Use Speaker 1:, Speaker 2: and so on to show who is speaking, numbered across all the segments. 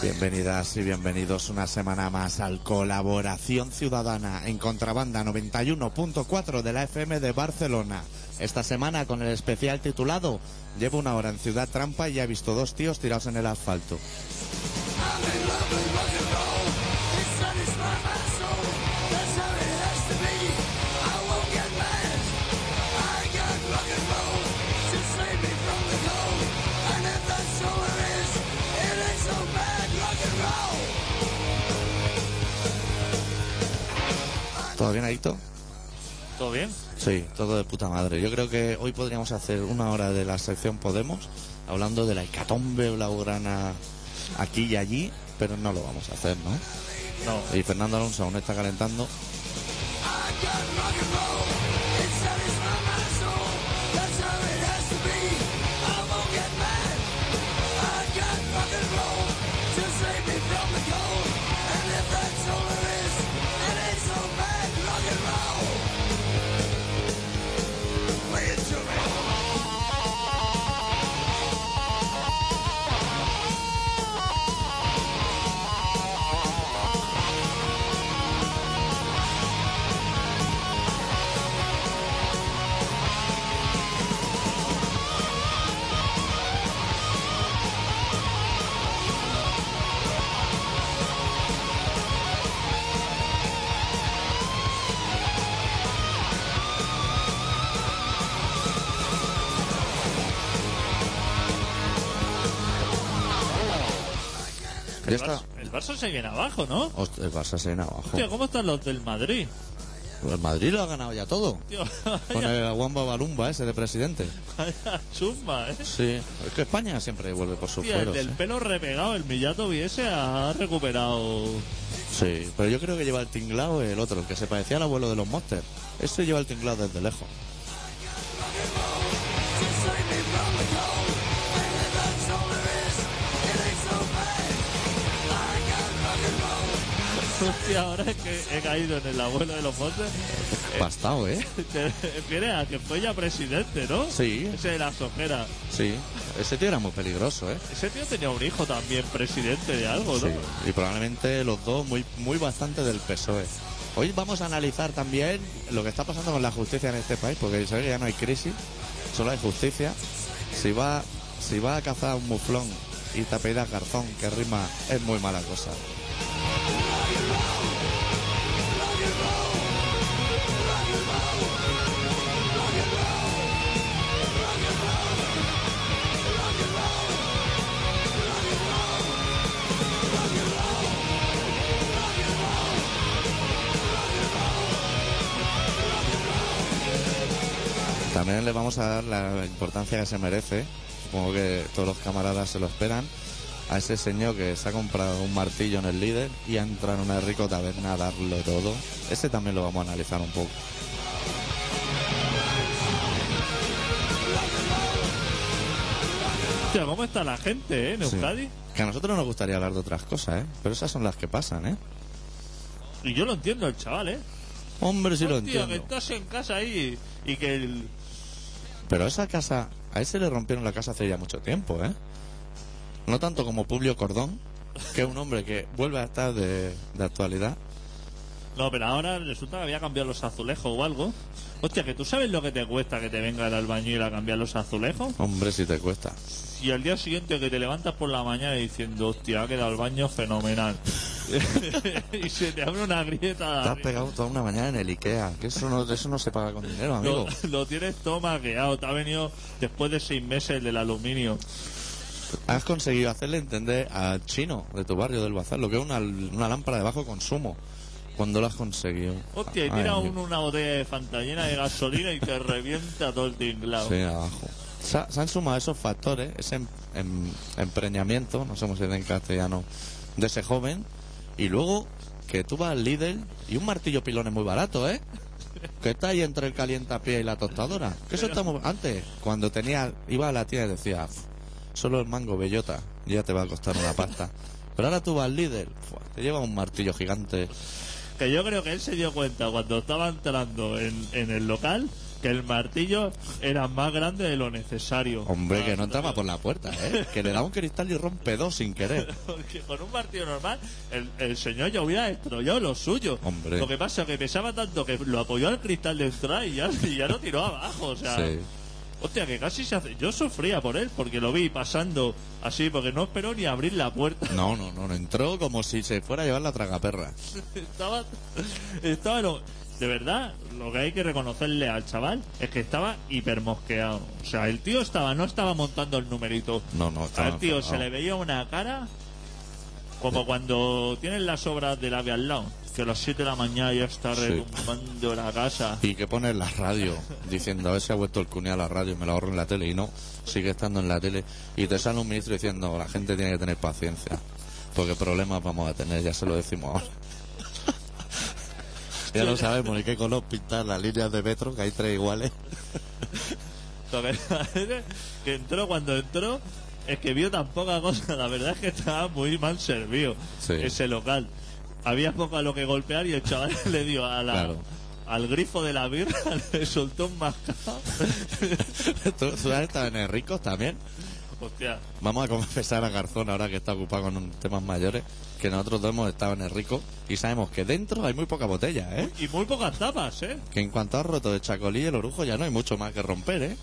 Speaker 1: Bienvenidas y bienvenidos una semana más al Colaboración Ciudadana en Contrabanda 91.4 de la FM de Barcelona. Esta semana con el especial titulado Llevo una hora en Ciudad Trampa y ya he visto dos tíos tirados en el asfalto. ¿Todo bien, Adicto?
Speaker 2: ¿Todo bien?
Speaker 1: Sí, todo de puta madre. Yo creo que hoy podríamos hacer una hora de la sección Podemos, hablando de la hecatombe blaugrana aquí y allí, pero no lo vamos a hacer, ¿no?
Speaker 2: No.
Speaker 1: Y Fernando Alonso aún está calentando. Ya
Speaker 2: El,
Speaker 1: está.
Speaker 2: Barça, el Barça se viene abajo, ¿no?
Speaker 1: Host- El Barça se viene abajo.
Speaker 2: Tío, ¿cómo están los del Madrid?
Speaker 1: El Pues Madrid lo ha ganado ya todo.
Speaker 2: Tío,
Speaker 1: Con
Speaker 2: vaya,
Speaker 1: el Wamba Balumba ese de presidente.
Speaker 2: vaya chumba, ¿eh?
Speaker 1: Sí. Es que España siempre vuelve por sus
Speaker 2: Tío, el
Speaker 1: fueros.
Speaker 2: del
Speaker 1: ¿eh?
Speaker 2: pelo repegado, el Millato Viese, ha recuperado...
Speaker 1: Sí. Pero yo creo que lleva el tinglado el otro, el que se parecía al abuelo de los monsters. Este lleva el tinglado desde lejos.
Speaker 2: Hostia, ahora es que he caído en el abuelo de los montes.
Speaker 1: Bastado, ¿eh?
Speaker 2: Te refieres a que fue ya presidente, ¿no?
Speaker 1: Sí.
Speaker 2: Ese de la sojera.
Speaker 1: Sí. Ese tío era muy peligroso, ¿eh?
Speaker 2: Ese tío tenía un hijo también presidente de algo, ¿no?
Speaker 1: Sí, y probablemente los dos muy, muy bastante del PSOE. E. Hoy vamos a analizar también lo que está pasando con la justicia en este país, porque sabéis que ya no hay crisis, solo hay justicia. Si va, si va a cazar un muflón y te apellidas garzón, que rima, es muy mala cosa. También le vamos a dar la importancia que se merece, supongo que todos los camaradas se lo esperan, a ese señor que se ha comprado un martillo en el líder y ha entrado en una rico taberna a darlo todo. Ese también lo vamos a analizar un poco.
Speaker 2: Hostia, ¿cómo está la gente, eh, en
Speaker 1: Sí.
Speaker 2: Euskadi?
Speaker 1: Que a nosotros nos gustaría hablar de otras cosas, ¿eh? Pero esas son las que pasan, ¿eh?
Speaker 2: Y yo lo entiendo, el chaval, ¿eh?
Speaker 1: Hombre, si lo
Speaker 2: Hostia, que
Speaker 1: entiendo.
Speaker 2: estás en casa ahí y que el...
Speaker 1: Pero esa casa, a ese le rompieron la casa hace ya mucho tiempo, ¿eh? No tanto como Publio Cordón, que es un hombre que vuelve a estar de, de actualidad.
Speaker 2: No, pero ahora resulta que había cambiado los azulejos o algo. Hostia, que tú sabes lo que te cuesta que te venga el albañil a cambiar los azulejos.
Speaker 1: Hombre, si te cuesta.
Speaker 2: Y al día siguiente que te levantas por la mañana diciendo, hostia, ha quedado el baño fenomenal. y se te abre una
Speaker 1: Te
Speaker 2: grieta.
Speaker 1: has pegado toda una mañana en el Ikea, que eso no, eso no se paga con dinero,
Speaker 2: Lo,
Speaker 1: amigo.
Speaker 2: lo tienes tomaqueado. Te ha venido después de seis meses el del aluminio.
Speaker 1: Has conseguido hacerle entender al chino de tu barrio del bazar lo que es una, una lámpara de bajo consumo. Cuando lo has conseguido.
Speaker 2: Hostia, y
Speaker 1: Ay,
Speaker 2: tira
Speaker 1: amigo.
Speaker 2: un- una botella de Fanta llena de gasolina y te revienta todo el tinglado.
Speaker 1: Sí, abajo. Se, ha- se han sumado esos factores, ese em- em- empreñamiento, no sé cómo se dice en castellano, de ese joven. Y luego que tú vas al líder y un martillo pilón es muy barato, ¿eh? Que está ahí entre el calientapié y la tostadora. Que eso está muy- Antes, cuando tenía, iba a la tienda y decía, "Uf, solo el mango bellota, ya te va a costar una pasta. Pero ahora tú vas al líder, ¡fua! te lleva un martillo gigante.
Speaker 2: Que yo creo que él se dio cuenta cuando estaba entrando en, en el local que el martillo era más grande de lo necesario.
Speaker 1: Hombre, que no entraba por la puerta, ¿eh? Que le da un cristal y rompe dos sin querer.
Speaker 2: Porque con un martillo normal, el, el señor ya hubiera destrollado lo suyo.
Speaker 1: Hombre.
Speaker 2: Lo que pasa es que pesaba tanto que lo apoyó al cristal de entrada y ya, y ya lo tiró abajo. O sea,
Speaker 1: Sí.
Speaker 2: hostia, que casi se hace. Yo sufría por él porque lo vi pasando así, porque no esperó ni abrir la puerta.
Speaker 1: No, no, no, no, entró como si se fuera a llevar la tragaperra.
Speaker 2: estaba. Estaba. lo- de verdad, lo que hay que reconocerle al chaval es que estaba hipermosqueado. O sea, el tío estaba, no estaba montando el numerito.
Speaker 1: No, no, estaba
Speaker 2: Al tío se
Speaker 1: enfadado.
Speaker 2: le veía una cara como cuando tienen las obras del ave al lado, que a las 7 de la mañana ya está
Speaker 1: Sí.
Speaker 2: retumbando la casa.
Speaker 1: Y que pone en la radio, diciendo, a ver si ha vuelto el cune a la radio, me lo ahorro en la tele. Y no, sigue estando en la tele. Y te sale un ministro diciendo, la gente tiene que tener paciencia, porque problemas vamos a tener, ya se lo decimos ahora. ya lo sabemos, ni qué color pintar las líneas de metro, que hay tres iguales.
Speaker 2: Lo que que entró cuando entró es que vio tan poca cosa. La verdad es que estaba muy mal servido
Speaker 1: Sí.
Speaker 2: ese local. Había poco a lo que golpear y el chaval le dio a la-
Speaker 1: Claro.
Speaker 2: al grifo de la birra, le soltó un mascado.
Speaker 1: ¿Tú, tú has estado en el Rico también?
Speaker 2: Hostia,
Speaker 1: Vamos a confesar a Garzón ahora que está ocupado con temas mayores, que nosotros dos hemos estado en el Rico y sabemos que dentro hay muy poca botella, ¿eh?
Speaker 2: y muy pocas tapas, ¿eh?
Speaker 1: Que en cuanto has roto de chacolí el orujo ya no hay mucho más que romper, ¿eh?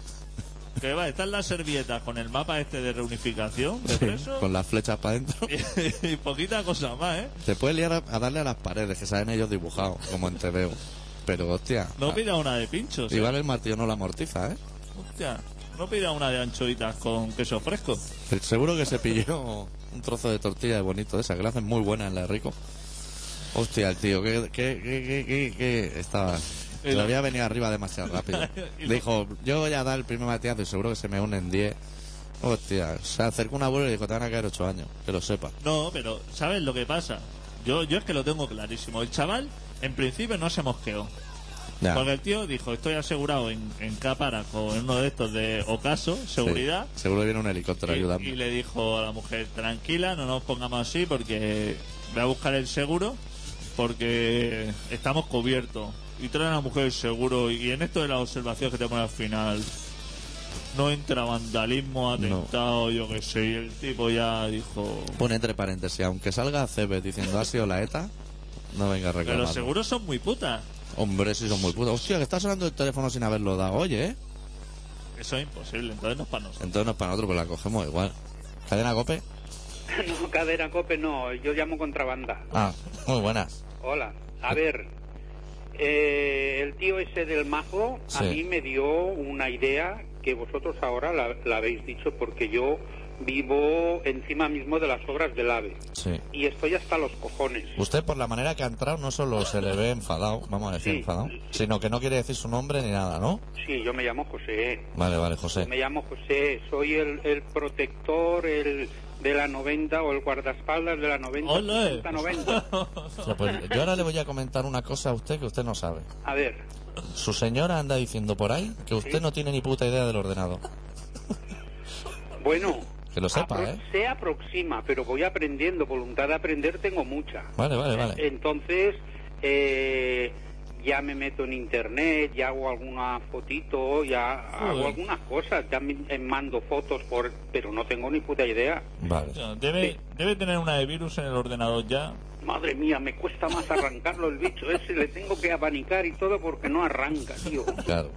Speaker 2: Que va, están las servilletas con el mapa este de reunificación de presos.
Speaker 1: Con las flechas para adentro.
Speaker 2: y, y poquita cosa más, ¿eh?
Speaker 1: Te puedes liar a, a darle a las paredes, que saben ellos dibujados, como en veo Pero hostia,
Speaker 2: No
Speaker 1: a-
Speaker 2: pida una de pinchos. ¿eh?
Speaker 1: Ah. igual el martillo no la amortiza, ¿eh?
Speaker 2: Hostia, no pida una de anchoitas con queso fresco.
Speaker 1: Eh, Seguro que se pilló un trozo de tortilla de bonito de esas, que la hacen muy buena en la de Rico. Hostia, el tío, que, que, que, que, que, que estaba.
Speaker 2: Y
Speaker 1: Lo
Speaker 2: lo-
Speaker 1: había venido arriba demasiado rápido.
Speaker 2: Y lo-
Speaker 1: Dijo, yo voy a dar el primer bateazo y seguro que se me unen 10. Hostia, se acercó un abuelo y dijo, te van a caer 8 años, que lo sepas.
Speaker 2: No, pero ¿sabes lo que pasa? Yo, yo es que lo tengo clarísimo. El chaval, en principio, no se mosqueó.
Speaker 1: Ya.
Speaker 2: Porque el tío dijo, estoy asegurado en, en Cápara con uno de estos de Ocaso,
Speaker 1: Sí.
Speaker 2: seguridad.
Speaker 1: Seguro que viene un helicóptero ayudando.
Speaker 2: Y, y le dijo a la mujer, tranquila, no nos pongamos así porque voy a buscar el seguro porque estamos cubiertos. Y traen a la mujer el seguro. Y en esto de las observaciones que te pone al final, no entra vandalismo, atentado, yo qué sé. Y el tipo ya dijo...
Speaker 1: Pone entre paréntesis, aunque salga Cebes diciendo ha sido la ETA, no venga a
Speaker 2: Que los
Speaker 1: reclamar.
Speaker 2: seguros son muy putas.
Speaker 1: Hombre, si son muy putos. Hostia, que está sonando el teléfono sin haberlo dado. Oye, ¿eh?
Speaker 2: Eso es imposible, entonces no es para nosotros.
Speaker 1: Entonces no es para nosotros, pues la cogemos igual. ¿Cadena Cope?
Speaker 3: No, cadena cope no, yo llamo contrabanda.
Speaker 1: Ah, muy buenas.
Speaker 3: Hola, a ver, eh, el tío ese del majo a
Speaker 1: Sí.
Speaker 3: mí me dio una idea que vosotros ahora la, la habéis dicho porque yo vivo encima mismo de las obras del AVE
Speaker 1: Sí.
Speaker 3: y estoy hasta los cojones.
Speaker 1: Usted, por la manera que ha entrado, no solo se le ve enfadado, vamos a decir
Speaker 3: Sí.
Speaker 1: enfadado, sino que no quiere decir su nombre ni nada, ¿no?
Speaker 3: Sí, yo me llamo José,
Speaker 1: Vale, vale, José.
Speaker 3: Pues me llamo José, soy el, el protector el de la 90 o el guardaespaldas de la 90,
Speaker 2: ¡Ole!
Speaker 3: 60, 90.
Speaker 1: Hostia, pues yo ahora le voy a comentar una cosa a usted que usted no sabe.
Speaker 3: A ver,
Speaker 1: Su señora anda diciendo por ahí que usted no tiene ni puta idea del ordenador.
Speaker 3: bueno,
Speaker 1: Que lo sepa,
Speaker 3: apro-
Speaker 1: ¿eh?
Speaker 3: se aproxima, pero voy aprendiendo, voluntad de aprender tengo mucha.
Speaker 1: Vale, vale, vale.
Speaker 3: eh. Entonces, eh, ya me meto en internet, ya hago alguna fotito, ya hago algunas cosas, ya me- eh, mando fotos, por, pero no tengo ni puta idea.
Speaker 1: Vale.
Speaker 2: Debe, debe tener una de virus en el ordenador ya.
Speaker 3: Madre mía, me cuesta más arrancarlo el bicho ese, le tengo que abanicar y todo porque no arranca, tío.
Speaker 1: Claro.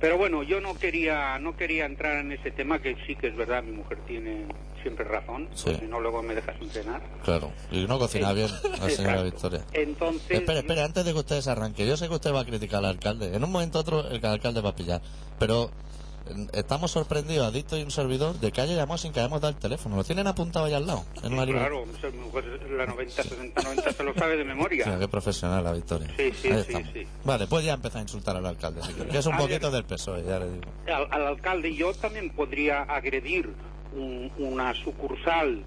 Speaker 3: Pero bueno, yo no quería, no quería entrar en ese tema que sí que es verdad, mi mujer tiene siempre razón,
Speaker 1: Sí.
Speaker 3: porque si no luego me dejas sin cenar.
Speaker 1: Claro, y no cocina bien la Ah, señora
Speaker 3: Exacto.
Speaker 1: Victoria.
Speaker 3: Entonces,
Speaker 1: Espere, espere, antes de que usted se arranque, yo sé que usted va a criticar al alcalde. En un momento u otro, el alcalde va a pillar. Pero eh, estamos sorprendidos, adicto y un servidor, de que haya llamado sin que hayamos dado el teléfono. Lo tienen apuntado allá al lado, en una libreta.
Speaker 3: Claro, esa mujer, la 90, 60, 90 se lo sabe de memoria.
Speaker 1: Hostia, qué profesional la Victoria.
Speaker 3: Sí, sí,
Speaker 1: Ahí
Speaker 3: sí,
Speaker 1: estamos.
Speaker 3: sí.
Speaker 1: Vale, pues ya empezar a insultar al alcalde. si quiere, Que es un
Speaker 3: A
Speaker 1: poquito
Speaker 3: ver.
Speaker 1: del PSOE, E, ya le digo.
Speaker 3: Al, al alcalde yo también podría agredir un- una sucursal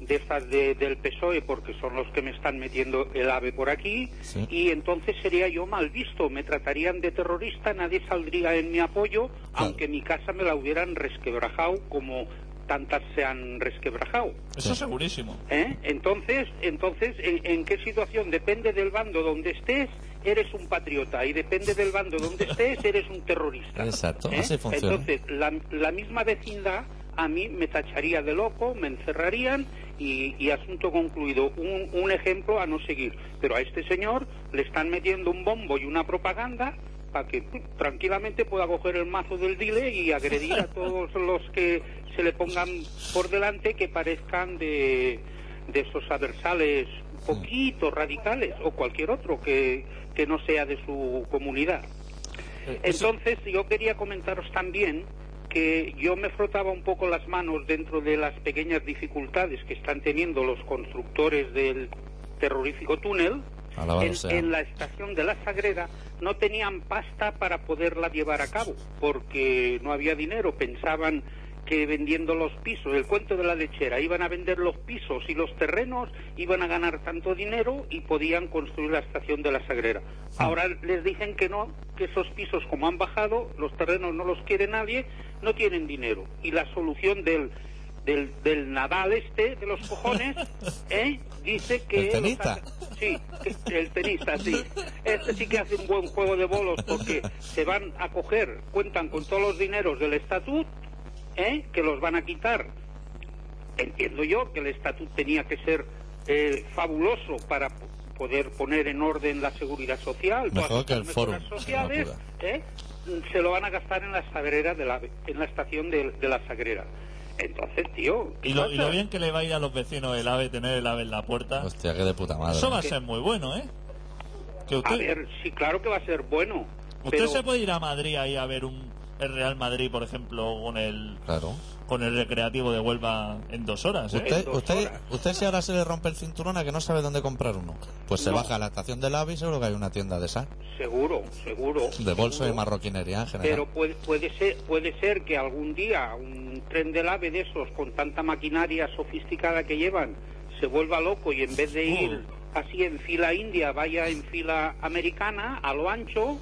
Speaker 3: de estas de- del PSOE E, porque son los que me están metiendo el ave por aquí
Speaker 1: Sí.
Speaker 3: y entonces sería yo mal visto, me tratarían de terrorista, nadie saldría en mi apoyo, aunque mi casa me la hubieran resquebrajado como tantas se han resquebrajado.
Speaker 2: Eso segurísimo.
Speaker 3: ¿Eh? Entonces, entonces ¿en, en qué situación? Depende del bando donde estés eres un patriota y depende del bando donde estés, eres un terrorista.
Speaker 1: Exacto,
Speaker 3: ¿eh?
Speaker 1: así funciona.
Speaker 3: Entonces, la, la misma vecindad a mí me tacharía de loco, me encerrarían y, y asunto concluido. Un, un ejemplo a no seguir. Pero a este señor le están metiendo un bombo y una propaganda para que pum, tranquilamente pueda coger el mazo del dile y agredir a todos los que se le pongan por delante que parezcan de, de esos adversales poquito radicales o cualquier otro que, que no sea de su comunidad. Entonces yo quería comentaros también que yo me frotaba un poco las manos dentro de las pequeñas dificultades que están teniendo los constructores del terrorífico túnel.
Speaker 1: Alabado
Speaker 3: En,
Speaker 1: sea.
Speaker 3: en la estación de la Sagrera no tenían pasta para poderla llevar a cabo porque no había dinero. Pensaban que vendiendo los pisos, el cuento de la lechera, iban a vender los pisos y los terrenos, iban a ganar tanto dinero y podían construir la estación de la Sagrera.
Speaker 1: Ah.
Speaker 3: Ahora les dicen que no, que esos pisos como han bajado, los terrenos no los quiere nadie, no tienen dinero. Y la solución del del, del Nadal este de los cojones, ¿eh? dice que...
Speaker 1: ¿El tenista?
Speaker 3: los hace- sí, que- el tenista, sí. Este sí que hace un buen juego de bolos porque se van a coger, cuentan con todos los dineros del estatut, ¿eh? que los van a quitar. Entiendo yo que el estatut tenía que ser eh, fabuloso para p- poder poner en orden la seguridad social,
Speaker 1: Mejor
Speaker 3: todas
Speaker 1: que el
Speaker 3: las mejoras
Speaker 1: Fórum, sin
Speaker 3: sociales,
Speaker 1: duda.
Speaker 3: ¿eh? se lo van a gastar en la sagrera de la, en la estación de, de la sagrera. Entonces, tío, ¿qué
Speaker 2: Y lo, y lo
Speaker 3: pasa?
Speaker 2: bien que le va a ir a los vecinos el ave tener el ave en la puerta.
Speaker 1: Hostia, qué de puta madre.
Speaker 2: Eso va a ser muy bueno, ¿eh? Que usted,
Speaker 3: a ver, sí, claro que va a ser bueno.
Speaker 2: usted
Speaker 3: pero
Speaker 2: se puede ir a Madrid ahí a ver un el Real Madrid, por ejemplo, con el
Speaker 1: Claro.
Speaker 2: con el recreativo de Huelva en dos horas, ¿eh?
Speaker 1: Usted,
Speaker 3: Pues dos
Speaker 1: usted,
Speaker 3: horas.
Speaker 1: usted si ahora se le rompe el cinturón a que no sabe dónde comprar uno, pues se
Speaker 3: No.
Speaker 1: baja a la estación del AVE y seguro que hay una tienda de esa,
Speaker 3: Seguro, seguro.
Speaker 1: de bolso y
Speaker 3: seguro.
Speaker 1: marroquinería en general.
Speaker 3: Pero puede, puede, ser, puede ser que algún día un tren del AVE de esos, con tanta maquinaria sofisticada que llevan, se vuelva loco y en vez de ir así en fila india, vaya en fila americana, a lo ancho,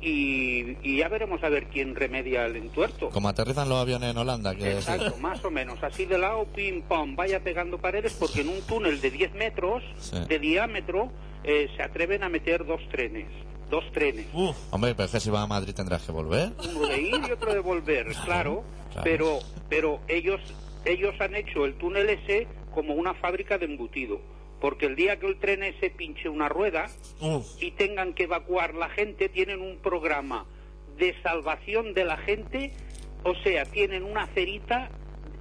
Speaker 3: y, y ya veremos a ver quién remedia el entuerto.
Speaker 1: Como aterrizan los aviones en Holanda, quiero decir.
Speaker 3: Exacto, más o menos. Así de lado, pim, pam, vaya pegando paredes porque en un túnel de 10 metros
Speaker 1: Sí.
Speaker 3: de diámetro eh, se atreven a meter dos trenes. Dos trenes.
Speaker 2: Uf,
Speaker 1: Hombre, pero es que si vas a Madrid tendrás que volver.
Speaker 3: Uno de ir y otro de volver, claro.
Speaker 1: claro.
Speaker 3: Pero, pero ellos, ellos han hecho el túnel ese como una fábrica de embutido. Porque el día que el tren ese pinche una rueda,
Speaker 2: uf.
Speaker 3: y tengan que evacuar la gente, tienen un programa de salvación de la gente, o sea, tienen una cerita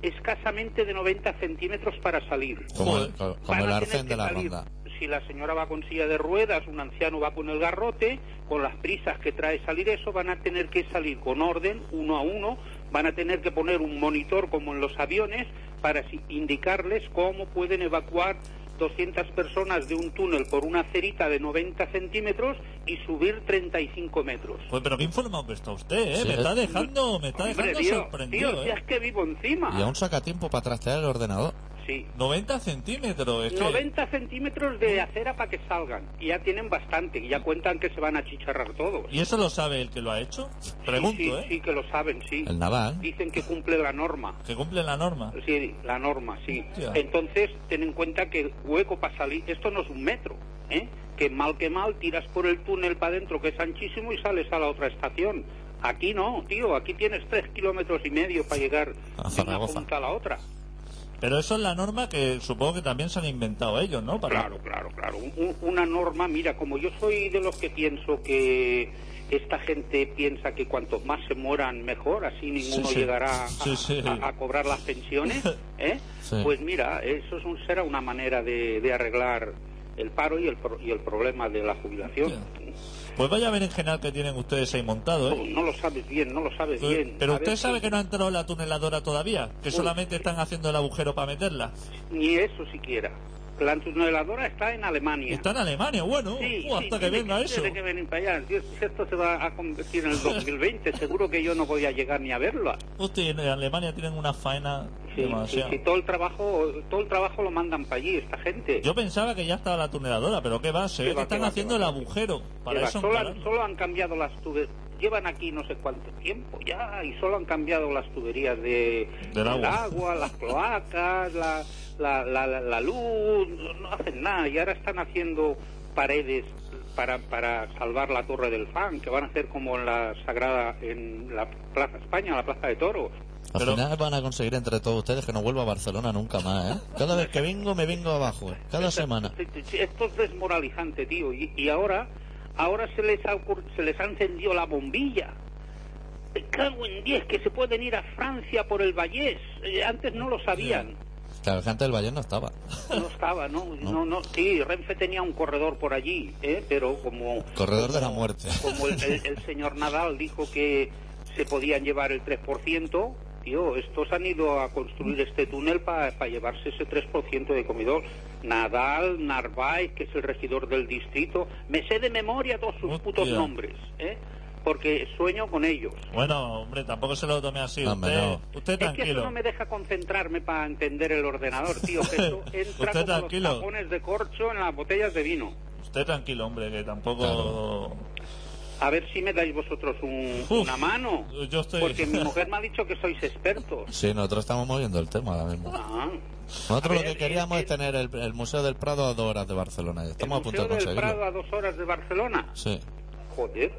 Speaker 3: escasamente de 90 centímetros para salir.
Speaker 1: Como,
Speaker 2: Joder.
Speaker 1: el- co-
Speaker 3: Van
Speaker 1: como
Speaker 3: a
Speaker 1: el
Speaker 3: tener
Speaker 1: arcén
Speaker 3: que
Speaker 1: de la
Speaker 3: salir.
Speaker 1: ronda.
Speaker 3: Si la señora va con silla de ruedas, un anciano va con el garrote, con las prisas que trae salir eso, van a tener que salir con orden, uno a uno, van a tener que poner un monitor como en los aviones para si- indicarles cómo pueden evacuar 200 personas de un túnel por una cerita de 90 centímetros y subir 35 metros.
Speaker 2: Pues pero qué informado que está usted, ¿eh?
Speaker 1: Sí,
Speaker 2: me
Speaker 1: eh.
Speaker 2: está dejando, me está
Speaker 3: Hombre,
Speaker 2: dejando
Speaker 3: tío,
Speaker 2: sorprendido,
Speaker 3: tío,
Speaker 2: ¿eh?
Speaker 3: si es que vivo encima.
Speaker 1: Y aún saca tiempo para trastear el ordenador.
Speaker 3: Sí.
Speaker 2: 90 centímetros, es que...
Speaker 3: 90 centímetros de acera para que salgan. Y ya tienen bastante. Y ya cuentan que se van a chicharrar todos.
Speaker 2: ¿Y eso lo sabe el que lo ha hecho? Pregunto,
Speaker 3: sí, sí,
Speaker 2: ¿eh?
Speaker 3: sí, que lo saben, sí.
Speaker 1: El naval.
Speaker 3: Dicen que cumple la norma.
Speaker 2: Que cumple la norma.
Speaker 3: Sí, la norma, sí.
Speaker 2: Hostia.
Speaker 3: Entonces, ten en cuenta que el hueco para salir, esto no es un metro, ¿eh? Que mal que mal tiras por el túnel para adentro, que es anchísimo, y sales a la otra estación. Aquí no, tío, aquí tienes tres kilómetros y medio para llegar
Speaker 1: A
Speaker 3: de una
Speaker 1: Zaragoza.
Speaker 3: punta a la otra.
Speaker 2: Pero eso es la norma que supongo que también se han inventado ellos, ¿no? Para-
Speaker 3: Claro, claro, claro. Un- un- una norma, mira, como yo soy de los que pienso que esta gente piensa que cuanto más se mueran mejor, así ninguno
Speaker 2: sí.
Speaker 3: llegará a,
Speaker 2: Sí, sí.
Speaker 3: a- a cobrar las pensiones, ¿eh?
Speaker 1: Sí.
Speaker 3: pues mira, eso es un, será una manera de, de arreglar el paro y el, pro- y el problema de la jubilación.
Speaker 2: Pues vaya berenjenal que tienen ustedes ahí montado,
Speaker 3: No,
Speaker 2: ¿eh?
Speaker 3: no lo sabes bien, no lo sabes bien.
Speaker 2: Pero
Speaker 3: A
Speaker 2: usted
Speaker 3: ver
Speaker 2: sabe
Speaker 3: si-
Speaker 2: que no ha entrado la tuneladora todavía, que solamente están haciendo el agujero para meterla.
Speaker 3: Ni eso siquiera. La antuneladora está en Alemania.
Speaker 2: Está en Alemania, bueno, uh,
Speaker 3: Sí, sí,
Speaker 2: hasta que
Speaker 3: tiene
Speaker 2: venga eso.
Speaker 3: tiene que venir para allá. Dios, si esto se va a convertir en el 2020, seguro que yo no voy a llegar ni a verlo.
Speaker 2: Hostia, en Alemania tienen una faena
Speaker 3: Sí, sí,
Speaker 2: demasiado.
Speaker 3: sí, todo el trabajo, todo el trabajo lo mandan para allí esta gente.
Speaker 2: Yo pensaba que ya estaba la tuneladora, pero qué va, se
Speaker 3: Qué
Speaker 2: ve
Speaker 3: va,
Speaker 2: que están
Speaker 3: qué va,
Speaker 2: haciendo
Speaker 3: qué va,
Speaker 2: el agujero para
Speaker 3: Lleva-
Speaker 2: eso.
Speaker 3: solo, han,
Speaker 2: encararlo.
Speaker 3: solo han cambiado las tuberías. Llevan aquí no sé cuánto tiempo ya y solo han cambiado las tuberías de,
Speaker 2: Del agua.
Speaker 3: las cloacas, la, la, la- la- la luz, no hacen nada y ahora están haciendo paredes para, para salvar la Torre del Fan, que van a hacer como en la Sagrada, en la Plaza España, la Plaza de Toros.
Speaker 1: Al
Speaker 2: Pero-
Speaker 1: final van a conseguir entre todos ustedes que no vuelva a Barcelona nunca más, ¿eh? Cada vez que vengo, me vengo abajo. ¿eh? Cada semana.
Speaker 3: Sí, sí, sí, Esto es desmoralizante, tío. Y, y ahora, ahora se les ha ocur- se les ha encendido la bombilla. Me cago en 10 que se pueden ir a Francia por el Vallés. Eh, antes no lo sabían.
Speaker 1: Claro, que antes del Valle no estaba.
Speaker 3: No estaba, ¿no? No, no, sí, Renfe tenía un corredor por allí, ¿eh? pero como...
Speaker 1: Corredor de la muerte.
Speaker 3: Como el, el- el señor Nadal dijo que se podían llevar el 3%, tío, estos han ido a construir este túnel para llevarse ese 3% de comedor. Nadal, Narváez, que es el regidor del distrito, me sé de memoria todos sus
Speaker 2: Hostia.
Speaker 3: putos nombres, ¿eh? porque sueño con ellos.
Speaker 2: Bueno, hombre, tampoco se lo tome así.
Speaker 1: No, hombre,
Speaker 2: usted,
Speaker 1: no.
Speaker 2: usted
Speaker 3: Es que eso
Speaker 2: tranquilo.
Speaker 3: no me deja concentrarme para entender el ordenador, tío. Que esto entra
Speaker 2: Usted
Speaker 3: como
Speaker 2: tranquilo.
Speaker 3: los tapones de corcho en las botellas de vino.
Speaker 2: Usted tranquilo, hombre, que tampoco.
Speaker 3: A ver si me dais vosotros un-
Speaker 2: Uf,
Speaker 3: una mano.
Speaker 2: yo estoy-
Speaker 3: Porque mi mujer me ha dicho que sois expertos.
Speaker 1: Sí, nosotros estamos moviendo el tema ahora mismo.
Speaker 3: Ah.
Speaker 1: Nosotros
Speaker 3: A
Speaker 1: lo
Speaker 3: ver,
Speaker 1: que queríamos
Speaker 3: eh,
Speaker 1: es tener el, el Museo del Prado a dos horas de Barcelona. y Estamos
Speaker 3: el
Speaker 1: a punto de
Speaker 3: Museo del Prado
Speaker 1: conseguirlo.
Speaker 3: a dos horas de Barcelona.
Speaker 1: Sí,
Speaker 3: Joder,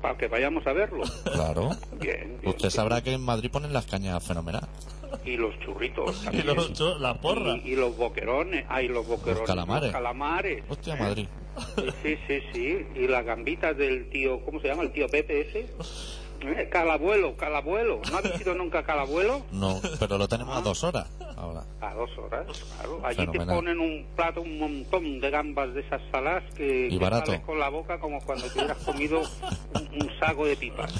Speaker 3: para que vayamos a verlo.
Speaker 1: claro.
Speaker 3: Bien, bien,
Speaker 1: Usted sabrá que en Madrid ponen las cañas fenomenal.
Speaker 3: Y los churritos.
Speaker 2: Y
Speaker 3: también.
Speaker 2: los cho- la porra. Pues
Speaker 3: Y, y los boquerones. Ay, los boquerones.
Speaker 1: Los calamares.
Speaker 3: Los calamares.
Speaker 1: Hostia, Madrid.
Speaker 3: Sí, sí, sí. Y las gambitas del tío, ¿cómo se llama? El tío Pepe ese. Eh, Calabuelo, calabuelo. ¿No habéis ido nunca a calabuelo?
Speaker 1: No, pero lo tenemos a dos horas ahora.
Speaker 3: A dos horas, claro. Allí te
Speaker 1: Fenomenal.
Speaker 3: ponen un plato, un montón de gambas de esas salas que, que
Speaker 1: barato.
Speaker 3: sales con la boca como cuando te hubieras comido un, un sago de pipas.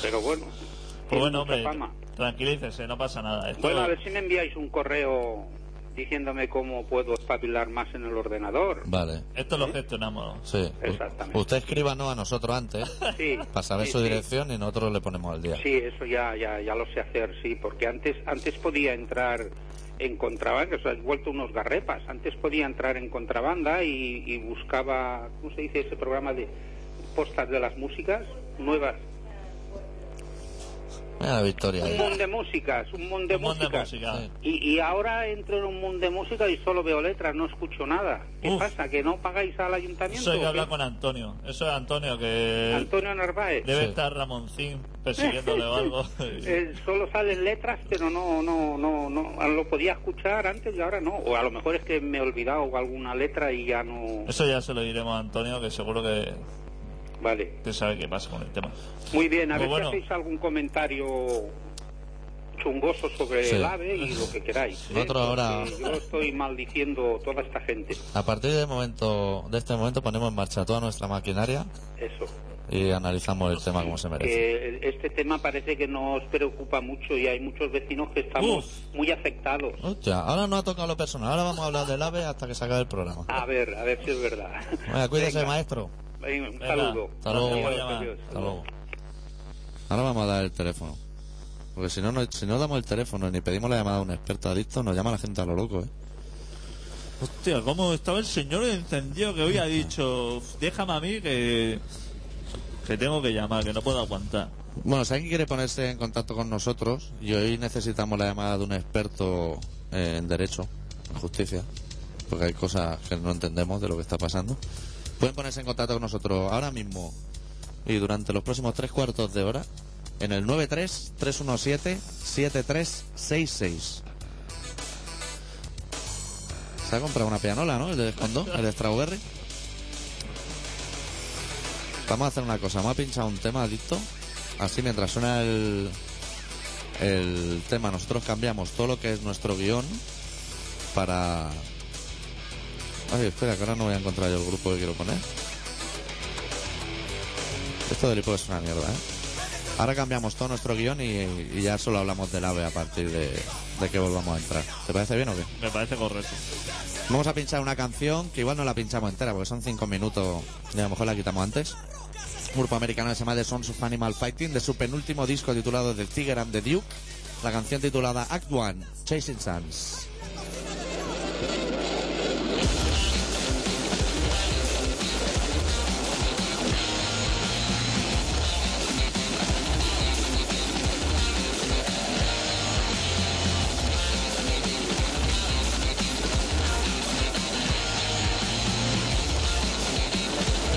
Speaker 3: Pero bueno,
Speaker 2: Pues
Speaker 3: tiene
Speaker 2: bueno,
Speaker 3: mucha
Speaker 2: hombre, pues
Speaker 3: fama.
Speaker 2: tranquilícese, no pasa nada. Esto-
Speaker 3: Bueno, a ver si me enviáis un correo diciéndome cómo puedo espabilar más en el ordenador.
Speaker 1: Vale.
Speaker 2: esto lo gestionamos.
Speaker 1: Sí.
Speaker 3: Exactamente.
Speaker 1: Usted escríbanos a nosotros antes
Speaker 3: Sí,
Speaker 1: para saber
Speaker 3: sí,
Speaker 1: su
Speaker 3: sí.
Speaker 1: dirección y nosotros le ponemos al día.
Speaker 3: Sí, eso ya, ya, ya lo sé hacer, sí, porque antes, antes podía entrar en contrabanda, o sea, has vuelto unos garrepas, antes podía entrar en contrabanda y, y buscaba, ¿cómo se dice ese programa de postas de las músicas? Nuevas.
Speaker 1: Mira la victoria.
Speaker 3: Un
Speaker 1: ahí.
Speaker 3: montón de músicas, un montón de
Speaker 2: Un montón de
Speaker 3: músicas.
Speaker 2: música.
Speaker 1: Sí.
Speaker 3: Y, y ahora entro en un mundo de música y solo veo letras, no escucho nada. ¿Qué
Speaker 2: Uf.
Speaker 3: pasa? ¿Que no pagáis al ayuntamiento?
Speaker 2: Eso hay que
Speaker 3: o
Speaker 2: hablar
Speaker 3: qué?
Speaker 2: con Antonio. Eso es Antonio que
Speaker 3: Antonio Narváez.
Speaker 2: debe
Speaker 1: Sí.
Speaker 2: estar Ramoncín persiguiéndole o algo.
Speaker 3: Eh, solo salen letras, pero no, no, no, no, lo podía escuchar antes y ahora no. O a lo mejor es que me he olvidado alguna letra y ya no.
Speaker 2: Eso ya se lo diremos a Antonio, que seguro que,
Speaker 3: Vale.
Speaker 2: que sabe qué pasa con el tema.
Speaker 3: Muy bien, a
Speaker 2: Pues
Speaker 3: ver
Speaker 2: bueno.
Speaker 3: si hacéis algún comentario chungoso sobre
Speaker 1: Sí.
Speaker 3: el ave y lo que queráis. ¿eh?
Speaker 1: Nosotros ahora-
Speaker 3: Porque Yo estoy maldiciendo toda esta gente.
Speaker 1: A partir de, momento, de este momento ponemos en marcha toda nuestra maquinaria
Speaker 3: Eso.
Speaker 1: y analizamos el tema como se merece.
Speaker 3: Que este tema parece que nos preocupa mucho y hay muchos vecinos que estamos
Speaker 2: Uf.
Speaker 3: muy afectados.
Speaker 1: Hostia, ahora no ha tocado lo personal, ahora vamos a hablar del AVE hasta que se acabe el programa.
Speaker 3: A ver, a ver si es verdad.
Speaker 1: Venga, cuídese,
Speaker 3: Venga.
Speaker 1: maestro.
Speaker 3: Venga, un
Speaker 2: Venga,
Speaker 3: saludo.
Speaker 1: hasta luego.
Speaker 3: Adiós,
Speaker 2: Voy a llamar.
Speaker 3: adiós.
Speaker 1: Hasta luego. Ahora vamos a dar el teléfono. Porque si no, no- si no damos el teléfono ni pedimos la llamada a un experto adicto, nos llama la gente a lo loco, ¿eh?
Speaker 2: Hostia, cómo estaba el señor encendido que hoy ha dicho, "Uf, déjame a mí que, que tengo que llamar, que no puedo aguantar.
Speaker 1: Bueno, si alguien quiere ponerse en contacto con nosotros, y hoy necesitamos la llamada de un experto eh, en derecho, en justicia, porque hay cosas que no entendemos de lo que está pasando, pueden ponerse en contacto con nosotros ahora mismo y durante los próximos tres cuartos de hora en el 93-317-7366. Se ha comprado una pianola, ¿no? El de Escondón, el de Strawberry. Vamos a hacer una cosa, vamos a pinchar un tema adicto. Así mientras suena el, el tema, nosotros cambiamos todo lo que es nuestro guión para... Ay, espera, que ahora no voy a encontrar yo el grupo que quiero poner. Esto del hipo es una mierda, ¿eh? Ahora cambiamos todo nuestro guión y, y ya solo hablamos del ave a partir de, de que volvamos a entrar. ¿Te parece bien o qué?
Speaker 2: Me parece correcto.
Speaker 1: Vamos a pinchar una canción que igual no la pinchamos entera porque son cinco minutos y a lo mejor la quitamos antes. Un grupo americano que se llama The Sons of Animal Fighting de su penúltimo disco titulado The Tiger and the Duke. La canción titulada Act One, Chasing Suns.
Speaker 4: Chasing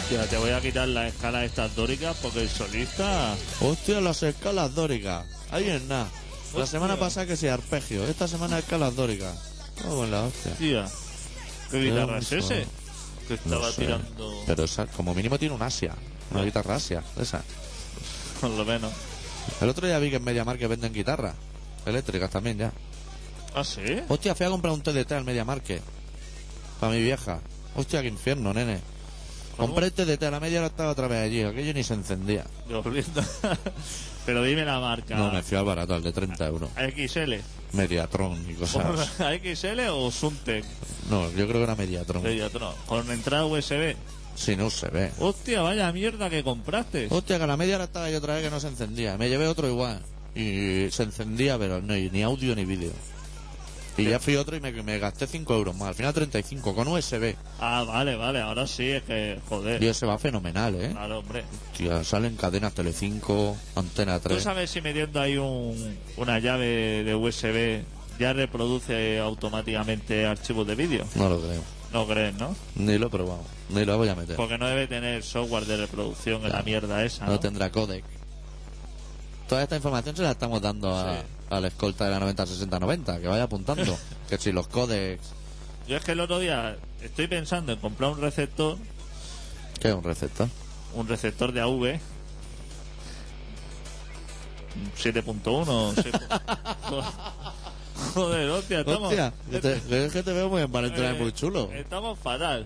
Speaker 2: Hostia, te voy a quitar las escalas estas dóricas porque el solista.
Speaker 1: Hostia, las escalas dóricas. Ahí es nada. La
Speaker 2: Hostia.
Speaker 1: semana pasada que sí, arpegio. Esta semana escalas dóricas. Oh, la hostia.
Speaker 2: Hostia. ¿Qué guitarra es
Speaker 1: Yo-
Speaker 2: ese? Que
Speaker 1: No
Speaker 2: estaba
Speaker 1: sé.
Speaker 2: tirando.
Speaker 1: Pero esa, como mínimo tiene un Asia. Una guitarra Asia. Esa.
Speaker 2: Por lo menos.
Speaker 1: El otro día vi que en MediaMarkt que venden guitarras. Eléctricas también ya.
Speaker 2: ¿Ah, sí?
Speaker 1: Hostia, fui a comprar un TDT al MediaMarket. Para mi vieja. Hostia, qué infierno, nene. Compré el TDT, a la media hora estaba otra vez allí. Aquello ni se encendía.
Speaker 2: Dios lindo. Pero dime la marca.
Speaker 1: No, me fui al barato, al de 30 euros.
Speaker 2: ¿XL?
Speaker 1: Mediatron y cosas.
Speaker 2: ¿XL o Suntec?
Speaker 1: No, yo creo que era Mediatron.
Speaker 2: Mediatron. Con entrada USB.
Speaker 1: Si no se ve.
Speaker 2: Hostia, vaya mierda que compraste.
Speaker 1: Hostia, que a la media hora estaba yo otra vez que no se encendía. Me llevé otro igual. Y se encendía, pero no, y ni audio ni vídeo. Y ya fui otro y me, me gasté 5 euros más. Al final 35 con USB.
Speaker 2: Ah, vale, vale. Ahora sí Ah. es que, joder.
Speaker 1: Y ese va fenomenal, ¿eh?
Speaker 2: Claro, hombre.
Speaker 1: Hostia, salen cadenas Telecinco, Antena
Speaker 2: ¿Tú
Speaker 1: 3.
Speaker 2: sabes si metiendo ahí un- una llave de USB ya reproduce automáticamente archivos de vídeo?
Speaker 1: No lo creo.
Speaker 2: No crees, ¿no?
Speaker 1: Ni lo he probado. Ni lo voy a meter.
Speaker 2: Porque no debe tener software de reproducción en
Speaker 1: Claro.
Speaker 2: la mierda esa.
Speaker 1: No
Speaker 2: ¿no?
Speaker 1: tendrá codec. Toda esta información se la estamos dando a,
Speaker 2: Sí.
Speaker 1: a la escolta de la 90-60-90, que vaya apuntando. que si los codecs...
Speaker 2: Yo es que el otro día estoy pensando en comprar un receptor,
Speaker 1: ¿Qué es un receptor?
Speaker 2: un receptor de AV. 7.1 sí. Joder, hostia, estamos.
Speaker 1: Hostia, que te- que es que te veo muy envalentonado y
Speaker 2: Eh,
Speaker 1: muy chulo.
Speaker 2: Estamos fatal.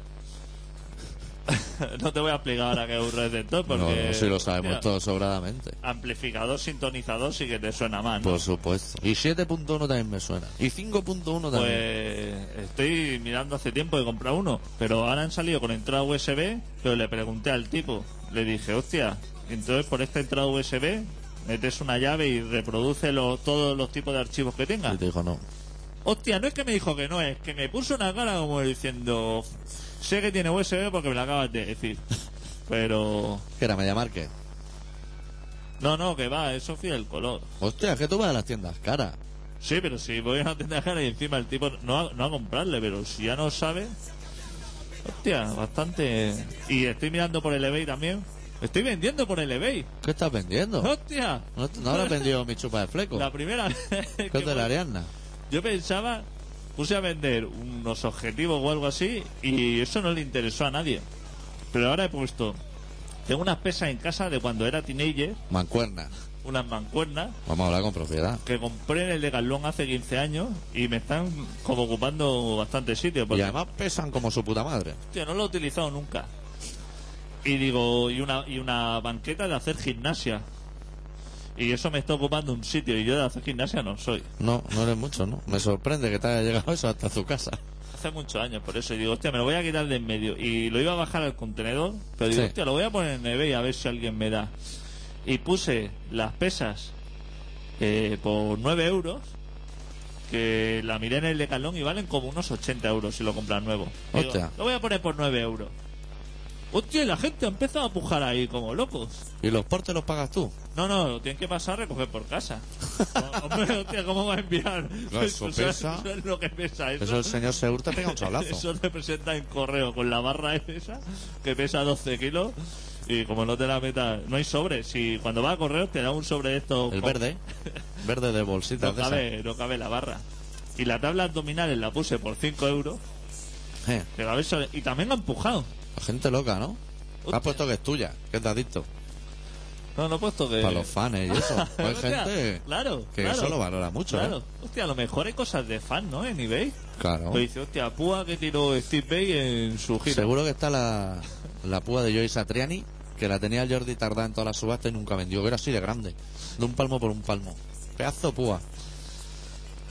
Speaker 2: no te voy a explicar ahora que es un receptor porque.
Speaker 1: no, sí lo sabemos
Speaker 2: hostia,
Speaker 1: todos sobradamente.
Speaker 2: Amplificador, sintonizador, sí que te suena más. ¿no?
Speaker 1: Por supuesto. Y 7.1 también me suena. Y 5.1 también.
Speaker 2: Pues estoy mirando hace tiempo de comprar uno, pero ahora han salido con entrada USB, pero le pregunté al tipo, le dije, hostia, entonces por esta entrada USB metes una llave y reproduce lo- todos los tipos de archivos que tenga.
Speaker 1: Y te dijo no.
Speaker 2: Hostia, no es que me dijo que no, es que me puso una cara como diciendo, sé que tiene USB porque me lo acabas de decir. Pero...
Speaker 1: Que era MediaMarket.
Speaker 2: No, no, que va, eso fía el color.
Speaker 1: Hostia, es que tú vas a las tiendas caras.
Speaker 2: Sí, pero si voy a una tienda de cara y encima el tipo no a, no a comprarle, pero si ya no sabe. Hostia, bastante. Y estoy mirando por el eBay también. Estoy vendiendo por el eBay.
Speaker 1: ¿Qué estás vendiendo?
Speaker 2: ¡Hostia!
Speaker 1: ¿No, no habrás vendido mi chupa de fleco?
Speaker 2: La primera vez que
Speaker 1: ¿Qué es de la
Speaker 2: voy-
Speaker 1: Ariadna?
Speaker 2: Yo pensaba, puse a vender unos objetivos o algo así y eso no le interesó a nadie. Pero ahora he puesto. Tengo unas pesas en casa de cuando era teenager,
Speaker 1: Mancuerna.
Speaker 2: unas mancuernas,
Speaker 1: Vamos a hablar con propiedad.
Speaker 2: que compré en el Decathlon hace 15 años y me están como ocupando bastante sitio.
Speaker 1: Y
Speaker 2: Porque
Speaker 1: además pesan como su puta madre.
Speaker 2: Tío, no lo he utilizado nunca. Y digo, y una, y una banqueta de hacer gimnasia. Y eso me está ocupando un sitio y yo de hacer gimnasia no soy.
Speaker 1: No, no eres mucho, ¿no? Me sorprende que te haya llegado eso hasta tu casa.
Speaker 2: Hace muchos años, por eso. Y digo, hostia, me lo voy a quitar de en medio. Y lo iba a bajar al contenedor, pero digo,
Speaker 1: Sí.
Speaker 2: hostia, lo voy a poner en eBay a ver si alguien me da. Y puse las pesas eh, por 9 euros, que la miré en el decalón y valen como unos 80 euros si lo compras nuevo. Digo,
Speaker 1: Hostia.
Speaker 2: lo voy a poner por 9 euros. Hostia, y la gente ha empezado a pujar ahí como locos.
Speaker 1: ¿Y los portes los pagas tú?
Speaker 2: No, no, lo tienen que pasar a recoger por casa. Hombre, hostia, ¿cómo va a enviar?
Speaker 1: Claro, eso
Speaker 2: Eso es-
Speaker 1: pesa.
Speaker 2: eso es lo que pesa.
Speaker 1: Eso el señor Seur te pega un sablazo.
Speaker 2: Eso representa en correo con la barra esa que pesa 12 kilos y como no te la metas, no hay sobre. Si cuando va a correo te da un sobre de estos.
Speaker 1: El
Speaker 2: con-
Speaker 1: verde. Verde de bolsitas
Speaker 2: No
Speaker 1: de esas.
Speaker 2: cabe, no cabe la barra. Y la tabla abdominales la puse por 5 euros.
Speaker 1: Eh,
Speaker 2: pero a ver sobre- y también la he empujado.
Speaker 1: la gente loca, ¿no?
Speaker 2: Hostia.
Speaker 1: Has puesto que es tuya, que es de adicto.
Speaker 2: No, no he puesto que.
Speaker 1: Para los fans y eso. Hay
Speaker 2: Eh. Hostia,
Speaker 1: Pues, gente
Speaker 2: claro,
Speaker 1: que
Speaker 2: claro.
Speaker 1: eso lo valora mucho,
Speaker 2: Claro,
Speaker 1: ¿eh?
Speaker 2: hostia, a lo mejor hay cosas de fan, ¿no? En eBay.
Speaker 1: Claro.
Speaker 2: Pues dice, hostia, púa que tiró Steve Bay en su gira.
Speaker 1: Seguro que está la, la púa de Joey Satriani, que la tenía el Jordi Tardá en todas las subastas y nunca vendió, que era así de grande. De un palmo por un palmo. Pedazo de púa.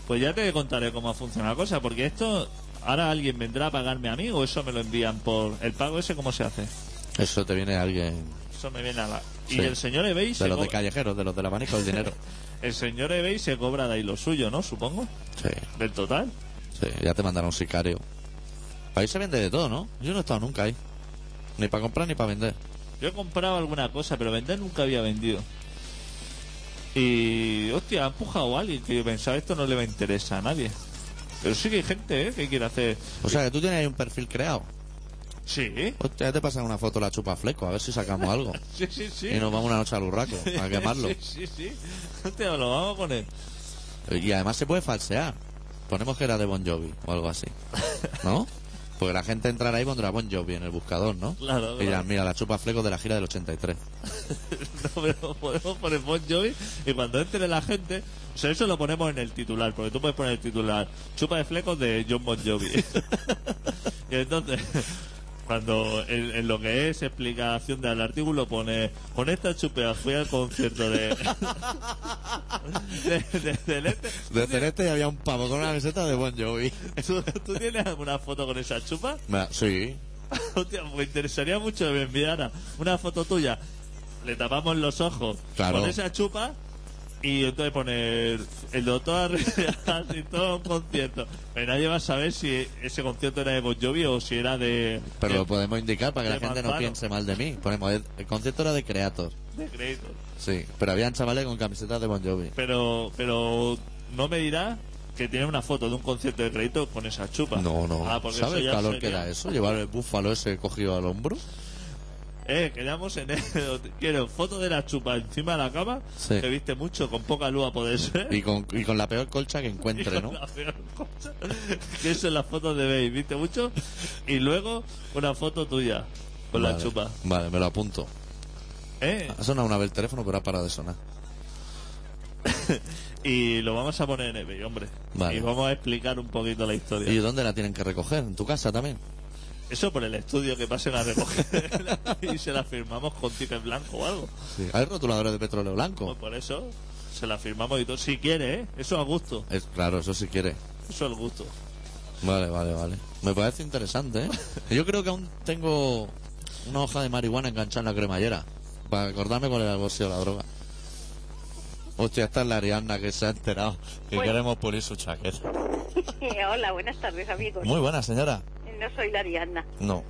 Speaker 2: Pues ya te contaré cómo funciona la cosa, porque esto ahora alguien vendrá a pagarme a mí o eso me lo envían por el pago ese cómo se hace.
Speaker 1: Eso te viene alguien.
Speaker 2: Eso me viene a la
Speaker 1: Sí.
Speaker 2: y el señor eBay
Speaker 1: De
Speaker 2: se
Speaker 1: los de
Speaker 2: co-
Speaker 1: callejeros, de los del abanico del dinero.
Speaker 2: el señor eBay se cobra de ahí lo suyo, ¿no? Supongo
Speaker 1: Sí,
Speaker 2: del total.
Speaker 1: sí, ya te mandaron un sicario. Ahí se vende de todo, ¿no? Yo no he estado nunca ahí. Ni para comprar ni para vender.
Speaker 2: Yo he comprado alguna cosa, pero vender nunca había vendido. Y hostia, ha empujado a alguien que yo pensaba esto no le va a interesar a nadie. Pero sí que hay gente ¿eh? que quiere hacer
Speaker 1: O sea que tú tienes ahí un perfil creado.
Speaker 2: Sí,
Speaker 1: Hostia, ya te pasan una foto la chupa fleco, a ver si sacamos algo.
Speaker 2: sí, sí, sí.
Speaker 1: Y nos vamos una noche al burraco a quemarlo.
Speaker 2: Sí, sí, sí. Hostia, lo vamos a poner.
Speaker 1: Y además se puede falsear. Ponemos que era de Bon Jovi o algo así. ¿No? Porque la gente entrará ahí y pondrá Bon Jovi en el buscador, ¿no?
Speaker 2: Claro,
Speaker 1: Y dirán,
Speaker 2: claro.
Speaker 1: mira, la chupa fleco de la gira del 83.
Speaker 2: No, pero podemos poner Bon Jovi y cuando entre la gente, o sea, eso lo ponemos en el titular, porque tú puedes poner el titular, chupa de flecos de John Bon Jovi. y entonces, cuando en, en lo que es explicación del artículo pone, con esta chupea fui al concierto de... de, de- del este".
Speaker 1: Desde el este había un pavo con una meseta de Bon Jovi.
Speaker 2: ¿Tú, tú tienes alguna foto con esa chupa?
Speaker 1: Ma- Sí.
Speaker 2: Hostia, me interesaría mucho que me enviara una foto tuya. Le tapamos los ojos
Speaker 1: Claro.
Speaker 2: con esa chupa y entonces poner el doctor asistió a un concierto. Pero nadie va a saber si ese concierto era de Bon Jovi o si era de...
Speaker 1: Pero
Speaker 2: de-
Speaker 1: lo podemos indicar para que la
Speaker 2: de
Speaker 1: gente no
Speaker 2: Manzano.
Speaker 1: piense mal de mí. Ponemos, el, el concierto era de Creator.
Speaker 2: de crédito.
Speaker 1: Sí. Pero habían chavales con camisetas de Bon Jovi.
Speaker 2: Pero, pero no me dirá que tiene una foto de un concierto de crédito con esa chupa.
Speaker 1: No, no.
Speaker 2: Ah, porque
Speaker 1: ¿Sabes
Speaker 2: eso
Speaker 1: el
Speaker 2: ya
Speaker 1: calor
Speaker 2: sería-
Speaker 1: que da eso? Llevar el búfalo ese cogido al hombro.
Speaker 2: Eh, quedamos en eso. Quiero foto de la chupa encima de la cama.
Speaker 1: Sí.
Speaker 2: Que viste mucho, con poca luz a poder ser.
Speaker 1: Y con, y con la peor colcha que
Speaker 2: Hijo
Speaker 1: encuentre,
Speaker 2: de
Speaker 1: ¿no?
Speaker 2: la peor cosa. que eso es la foto de Bey, ¿viste mucho? Y luego una foto tuya con Pues la
Speaker 1: Vale.
Speaker 2: chupa.
Speaker 1: Vale, me lo apunto.
Speaker 2: ¿Eh?
Speaker 1: Ha sonado una vez el teléfono, pero ha parado de sonar.
Speaker 2: Y lo vamos a poner en eBay, hombre.
Speaker 1: Vale.
Speaker 2: Y vamos a explicar un poquito la historia.
Speaker 1: ¿Y dónde la tienen que recoger? ¿En tu casa también?
Speaker 2: Eso por el estudio que pasen a recoger y se la firmamos con ticket blanco o algo.
Speaker 1: Sí. ¿Hay rotuladores de petróleo blanco?
Speaker 2: Pues por eso se la firmamos y todo. Si quiere, ¿eh? Eso a gusto.
Speaker 1: Es, claro, eso si quiere.
Speaker 2: Eso al gusto.
Speaker 1: Vale, vale, vale. Me parece interesante, ¿eh? Yo creo que aún tengo una hoja de marihuana enganchada en la cremallera. Para acordarme cuál era el bolsillo de la droga. Hostia, esta es la Arianna que se ha enterado que
Speaker 5: Bueno.
Speaker 1: queremos pulir su chaqueta.
Speaker 5: Eh, Hola, buenas tardes, amigos. Eh,
Speaker 1: Muy buena, señora.
Speaker 5: No soy la Ariadna.
Speaker 1: No,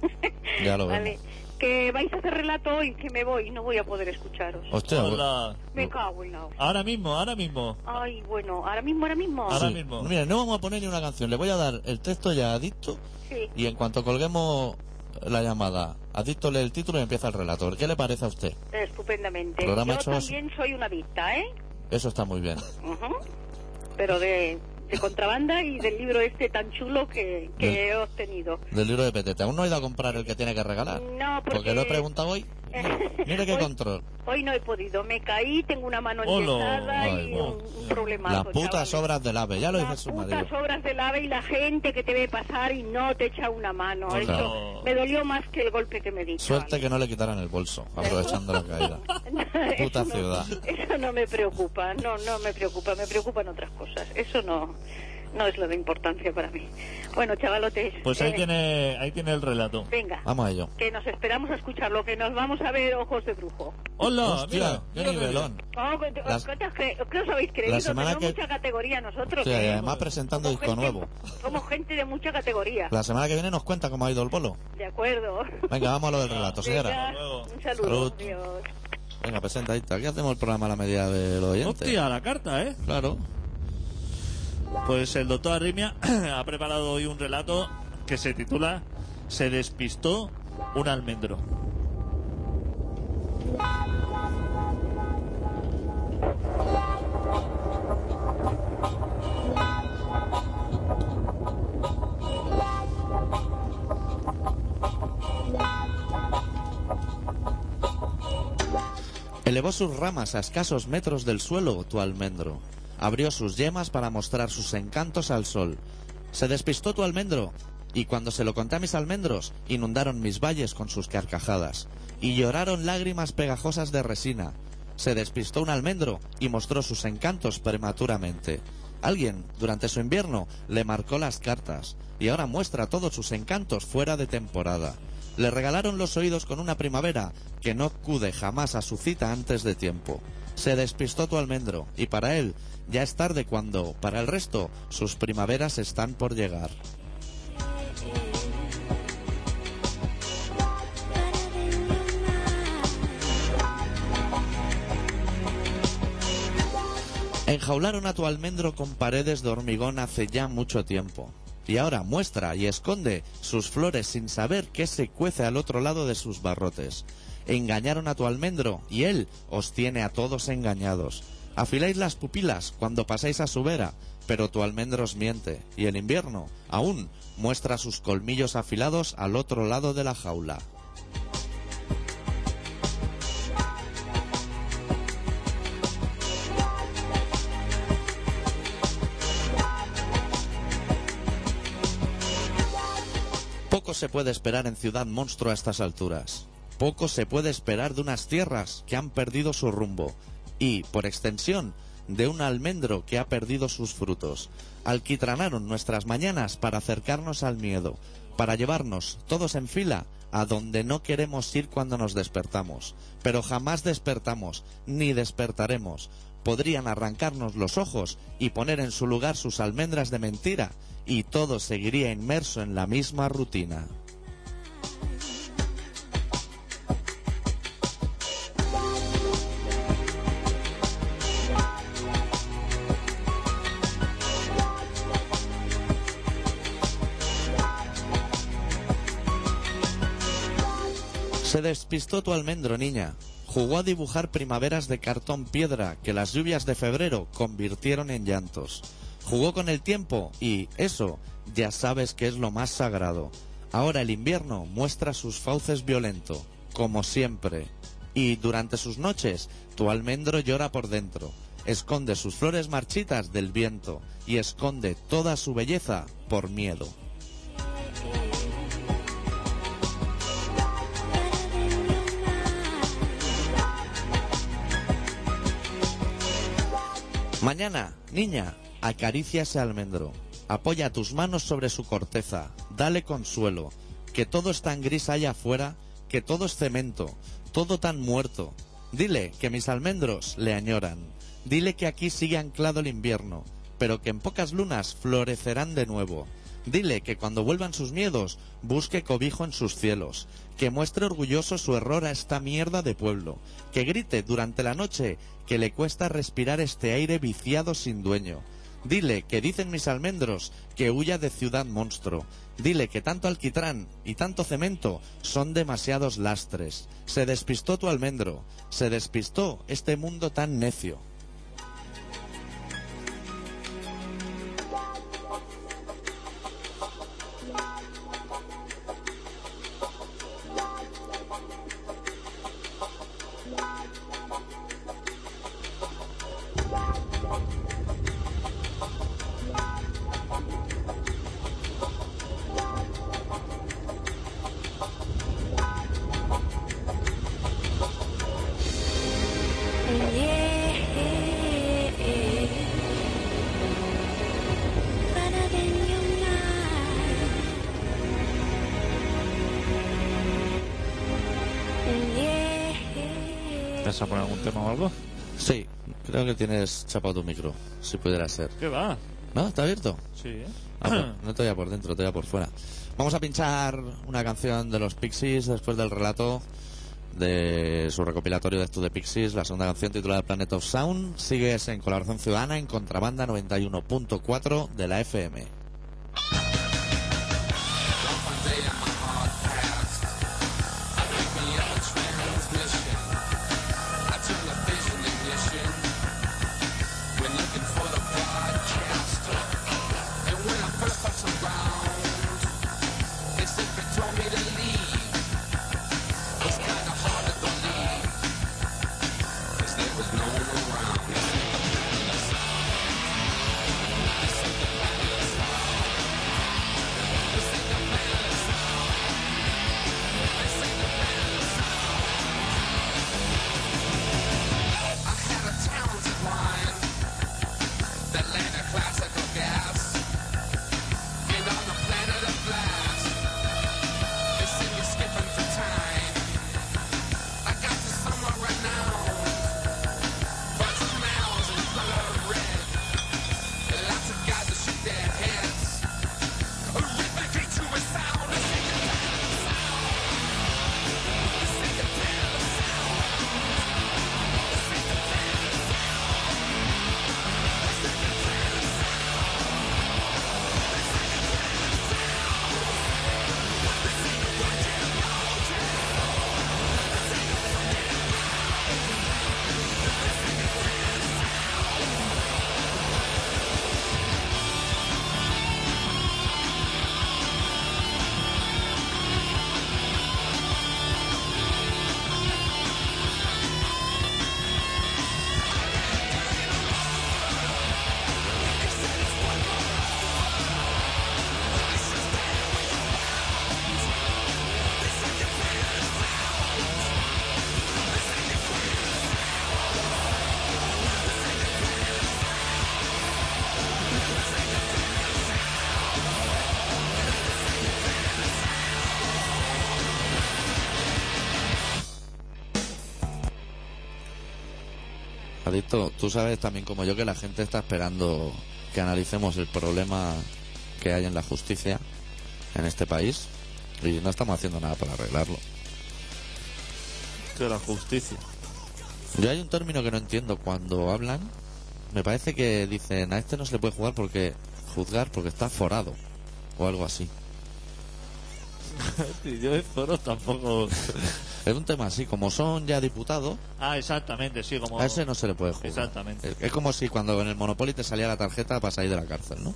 Speaker 1: ya lo
Speaker 5: Vale.
Speaker 1: vemos.
Speaker 5: Que vais a hacer relato hoy, que me voy, no voy a poder escucharos.
Speaker 1: Hostia, pues,
Speaker 2: Hola.
Speaker 5: Me cago en la... hostia.
Speaker 2: Ahora mismo, ahora mismo.
Speaker 5: Ay, bueno, ahora mismo, ahora mismo.
Speaker 2: Ahora
Speaker 1: Sí.
Speaker 2: mismo.
Speaker 1: Mira, no vamos a poner ni una canción. Le voy a dar el texto ya adicto
Speaker 5: Sí.
Speaker 1: y en cuanto colguemos la llamada, adicto lee el título y empieza el relator. ¿Qué le parece a usted?
Speaker 5: Estupendamente.
Speaker 1: Programa
Speaker 5: Yo
Speaker 1: hecho así.
Speaker 5: también soy una adicta, ¿eh?
Speaker 1: Eso está muy bien.
Speaker 5: Ujú. Pero de, de contrabanda y del libro este tan chulo que,
Speaker 1: Mm.
Speaker 5: que he obtenido.
Speaker 1: Del libro de Petete. ¿Aún no ha ido a comprar el que tiene que regalar?
Speaker 5: No, porque...
Speaker 1: Porque Ah, lo he preguntado hoy. Mire qué
Speaker 5: Hoy-
Speaker 1: control.
Speaker 5: Hoy no he podido, me caí, tengo una mano
Speaker 2: Olo.
Speaker 5: enyesada y
Speaker 1: Oh, Ay,
Speaker 5: un, un problemazo.
Speaker 1: Las putas
Speaker 5: chavales.
Speaker 1: obras del ave. Ya lo dice
Speaker 5: Las
Speaker 1: su
Speaker 5: putas
Speaker 1: marido.
Speaker 5: obras del ave y la gente que te ve pasar y no te echa una mano.
Speaker 2: Claro.
Speaker 5: Eso me dolió más que el golpe que me di.
Speaker 1: Ah, Suerte que no le quitaran el bolso, aprovechando la caída. puta ciudad.
Speaker 5: Eso no me preocupa, no, no me preocupa, me preocupan otras cosas. Eso no, no es lo de importancia para mí. Bueno, chavalotes.
Speaker 2: Pues ahí
Speaker 5: eh,
Speaker 2: tiene, ahí tiene el relato.
Speaker 5: Venga,
Speaker 1: Vamos a ello.
Speaker 5: que nos esperamos a escucharlo, que nos vamos a ver ojos de brujo.
Speaker 2: Hola,
Speaker 1: Hostia,
Speaker 2: mira,
Speaker 1: qué
Speaker 2: mira
Speaker 1: nivelón.
Speaker 5: Oh, ¿qué-
Speaker 1: Las-
Speaker 5: ¿Qué os cre- qué os habéis creído?
Speaker 1: semana
Speaker 5: Tenemos
Speaker 1: que-
Speaker 5: mucha categoría nosotros.
Speaker 1: Hostia, y
Speaker 5: ¿eh?
Speaker 1: además presentando
Speaker 5: Somos
Speaker 1: disco
Speaker 5: gente-
Speaker 1: nuevo.
Speaker 5: Somos gente de mucha categoría.
Speaker 1: La semana que viene nos cuenta cómo ha ido el bolo.
Speaker 5: De acuerdo.
Speaker 1: Venga, vamos a lo del relato, señora.
Speaker 5: Venga,
Speaker 2: luego.
Speaker 5: un saludo.
Speaker 1: Salud.
Speaker 5: Adiós.
Speaker 1: Venga, presenta ahí. Aquí hacemos el programa a la medida de los oyentes.
Speaker 2: Hostia, la carta, ¿eh?
Speaker 1: Claro.
Speaker 2: Pues el doctor Arrimia ha preparado hoy un relato que se titula Se despistó un almendro.
Speaker 1: Elevó sus ramas a escasos metros del suelo tu almendro. Abrió sus yemas para mostrar sus encantos al sol. Se despistó tu almendro, y cuando se lo conté a mis almendros, inundaron mis valles con sus carcajadas, y lloraron lágrimas pegajosas de resina. Se despistó un almendro y mostró sus encantos prematuramente. Alguien, durante su invierno, le marcó las cartas, y ahora muestra todos sus encantos fuera de temporada. Le regalaron los oídos con una primavera que no acude jamás a su cita antes de tiempo. Se despistó tu almendro, y para él ya es tarde cuando, para el resto, sus primaveras están por llegar. Enjaularon a tu almendro con paredes de hormigón hace ya mucho tiempo. y ahora muestra y esconde sus flores sin saber qué se cuece al otro lado de sus barrotes. Engañaron a tu almendro y él os tiene a todos engañados. Afiláis las pupilas cuando pasáis a su vera, pero tu almendro os miente y el invierno aún muestra sus colmillos afilados al otro lado de la jaula. Poco se puede esperar en Ciudad Monstruo a estas alturas. Poco se puede esperar de unas tierras que han perdido su rumbo y, por extensión, de un almendro que ha perdido sus frutos. Alquitranaron nuestras mañanas para acercarnos al miedo, para llevarnos, todos en fila, a donde no queremos ir cuando nos despertamos. Pero jamás despertamos, ni despertaremos. Podrían arrancarnos los ojos y poner en su lugar sus almendras de mentira, y todo seguiría inmerso en la misma rutina. Se despistó tu almendro, niña. Jugó a dibujar primaveras de cartón piedra que las lluvias de febrero convirtieron en llantos. Jugó con el tiempo y eso ya sabes que es lo más sagrado. Ahora el invierno muestra sus fauces violento, como siempre. Y durante sus noches tu almendro llora por dentro, esconde sus flores marchitas del viento y esconde toda su belleza por miedo. Mañana, niña, acaricia ese almendro. Apoya tus manos sobre su corteza. Dale consuelo. Que todo es tan gris allá afuera, que todo es cemento, todo tan muerto. Dile que mis almendros le añoran. Dile que aquí sigue anclado el invierno, pero que en pocas lunas florecerán de nuevo. Dile que cuando vuelvan sus miedos, busque cobijo en sus cielos, que muestre orgulloso su error a esta mierda de pueblo, que grite durante la noche que le cuesta respirar este aire viciado sin dueño. Dile que dicen mis almendros que huya de ciudad monstruo. Dile que tanto alquitrán y tanto cemento son demasiados lastres. Se despistó tu almendro, se despistó este mundo tan necio.
Speaker 2: ¿Vas a poner algún tema o algo?
Speaker 1: Sí, creo que tienes chapado tu micro, si pudiera ser.
Speaker 2: ¿Qué va?
Speaker 1: ¿No? ¿Está abierto?
Speaker 2: Sí, ¿eh?
Speaker 1: Ah, pues, no te voy a por dentro, te voy a por fuera. Vamos a pinchar una canción de los Pixies después del relato de su recopilatorio de Estudio de Pixies, la segunda canción titulada Planet of Sound. Sigues en colaboración ciudadana en Contrabanda 91.4 de la FM.
Speaker 5: around. I said the planet is hot.
Speaker 1: Calixto, tú sabes también como yo que la gente está esperando que analicemos el problema que hay en la justicia en este país y no estamos haciendo nada para arreglarlo.
Speaker 2: de la justicia.
Speaker 1: Yo hay un término que no entiendo cuando hablan. Me parece que dicen a este no se le puede jugar porque juzgar porque está forado o algo así.
Speaker 2: Y este yo de foro tampoco.
Speaker 1: Es un tema así, como son ya diputados,
Speaker 2: Ah, exactamente, sí, como.
Speaker 1: a ese no Eh. se le puede jugar.
Speaker 2: Exactamente.
Speaker 1: Es, es como si cuando en el Monopoly te salía la tarjeta para salir de la cárcel, ¿no?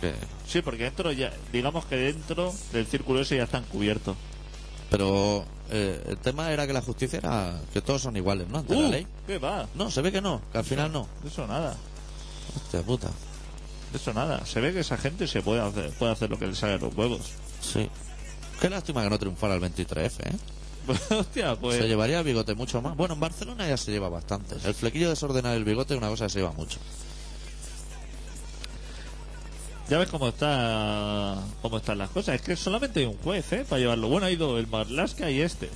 Speaker 1: Que-
Speaker 2: Sí, porque dentro ya, digamos que dentro del círculo ese ya están cubiertos.
Speaker 1: Pero eh, el tema era que la justicia era que todos son iguales, ¿no? Ante la
Speaker 2: Uh,
Speaker 1: ley.
Speaker 2: ¿Qué va?
Speaker 1: No, se ve que no, que al final no.
Speaker 2: De eso nada,
Speaker 1: Hostia puta.
Speaker 2: de eso nada. Se ve que esa gente se puede hacer, puede hacer lo que le salga de los huevos.
Speaker 1: Sí. Qué lástima que no triunfara el 23F, ¿eh?
Speaker 2: Hostia, pues.
Speaker 1: Se llevaría el bigote mucho más. Bueno, en Barcelona ya se lleva bastante. El flequillo desordenado del bigote es una cosa que se lleva mucho.
Speaker 2: Ya ves cómo está cómo están las cosas. Es que solamente hay un juez, ¿eh? Para llevarlo. Bueno, ha ido el Marlaska y este.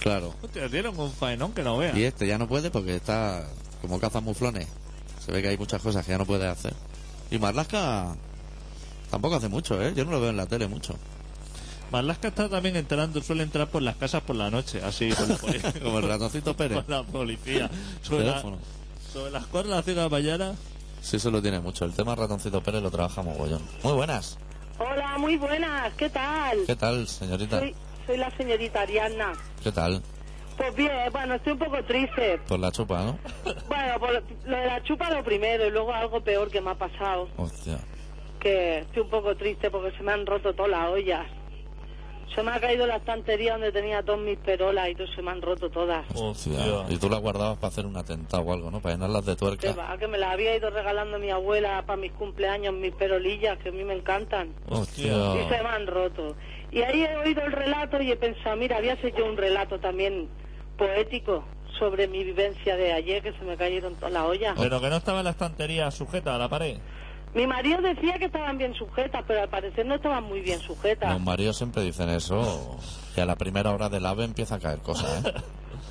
Speaker 1: Claro.
Speaker 2: Hostia, dieron un faenón que no veas.
Speaker 1: Y este ya no puede porque está como caza muflones. Se ve que hay muchas cosas que ya no puede hacer. Y Marlaska tampoco hace mucho, ¿eh? Yo no lo veo en la tele mucho.
Speaker 2: Marlaska está también entrando, suele entrar por las casas por la noche, así con la, poli-
Speaker 1: Como el ratoncito Pérez.
Speaker 2: con la policía. Sobre, la-
Speaker 1: Teléfono.
Speaker 2: sobre las cuatro de la cena de la mañana.
Speaker 1: Sí, eso lo tiene mucho. El tema ratoncito Pérez lo trabaja mogollón. Muy buenas.
Speaker 5: Hola, muy buenas, ¿qué tal?
Speaker 1: ¿Qué tal, señorita?
Speaker 5: Soy, soy la señorita Arianna.
Speaker 1: ¿Qué tal?
Speaker 5: Pues bien, bueno, estoy un poco triste.
Speaker 1: Por la chupa, ¿no?
Speaker 5: Bueno, por lo de la chupa lo primero y luego algo peor que me ha pasado,
Speaker 1: Hostia.
Speaker 5: que estoy un poco triste porque se me han roto todas las ollas. Se me ha caído la estantería donde tenía todas mis perolas y todo, se me han roto todas.
Speaker 1: Hostia. Y tú la guardabas para hacer un atentado o algo, ¿no? Para llenarlas de
Speaker 5: Que
Speaker 1: tuerca.
Speaker 5: va, que me las había ido regalando mi abuela para mis cumpleaños, mis perolillas, que a mí me encantan. Y se
Speaker 1: Hostia.
Speaker 5: me han roto. Y ahí he oído el relato y he pensado, mira, había hecho yo un relato también poético sobre mi vivencia de ayer, que se me cayeron todas las ollas.
Speaker 2: Pero que no estaba en la estantería sujeta a la pared.
Speaker 5: Mi marido decía que estaban bien sujetas, pero al parecer no estaban muy bien sujetas.
Speaker 1: Los maridos siempre dicen eso. Que a la primera hora del ave empieza a caer cosas, ¿eh?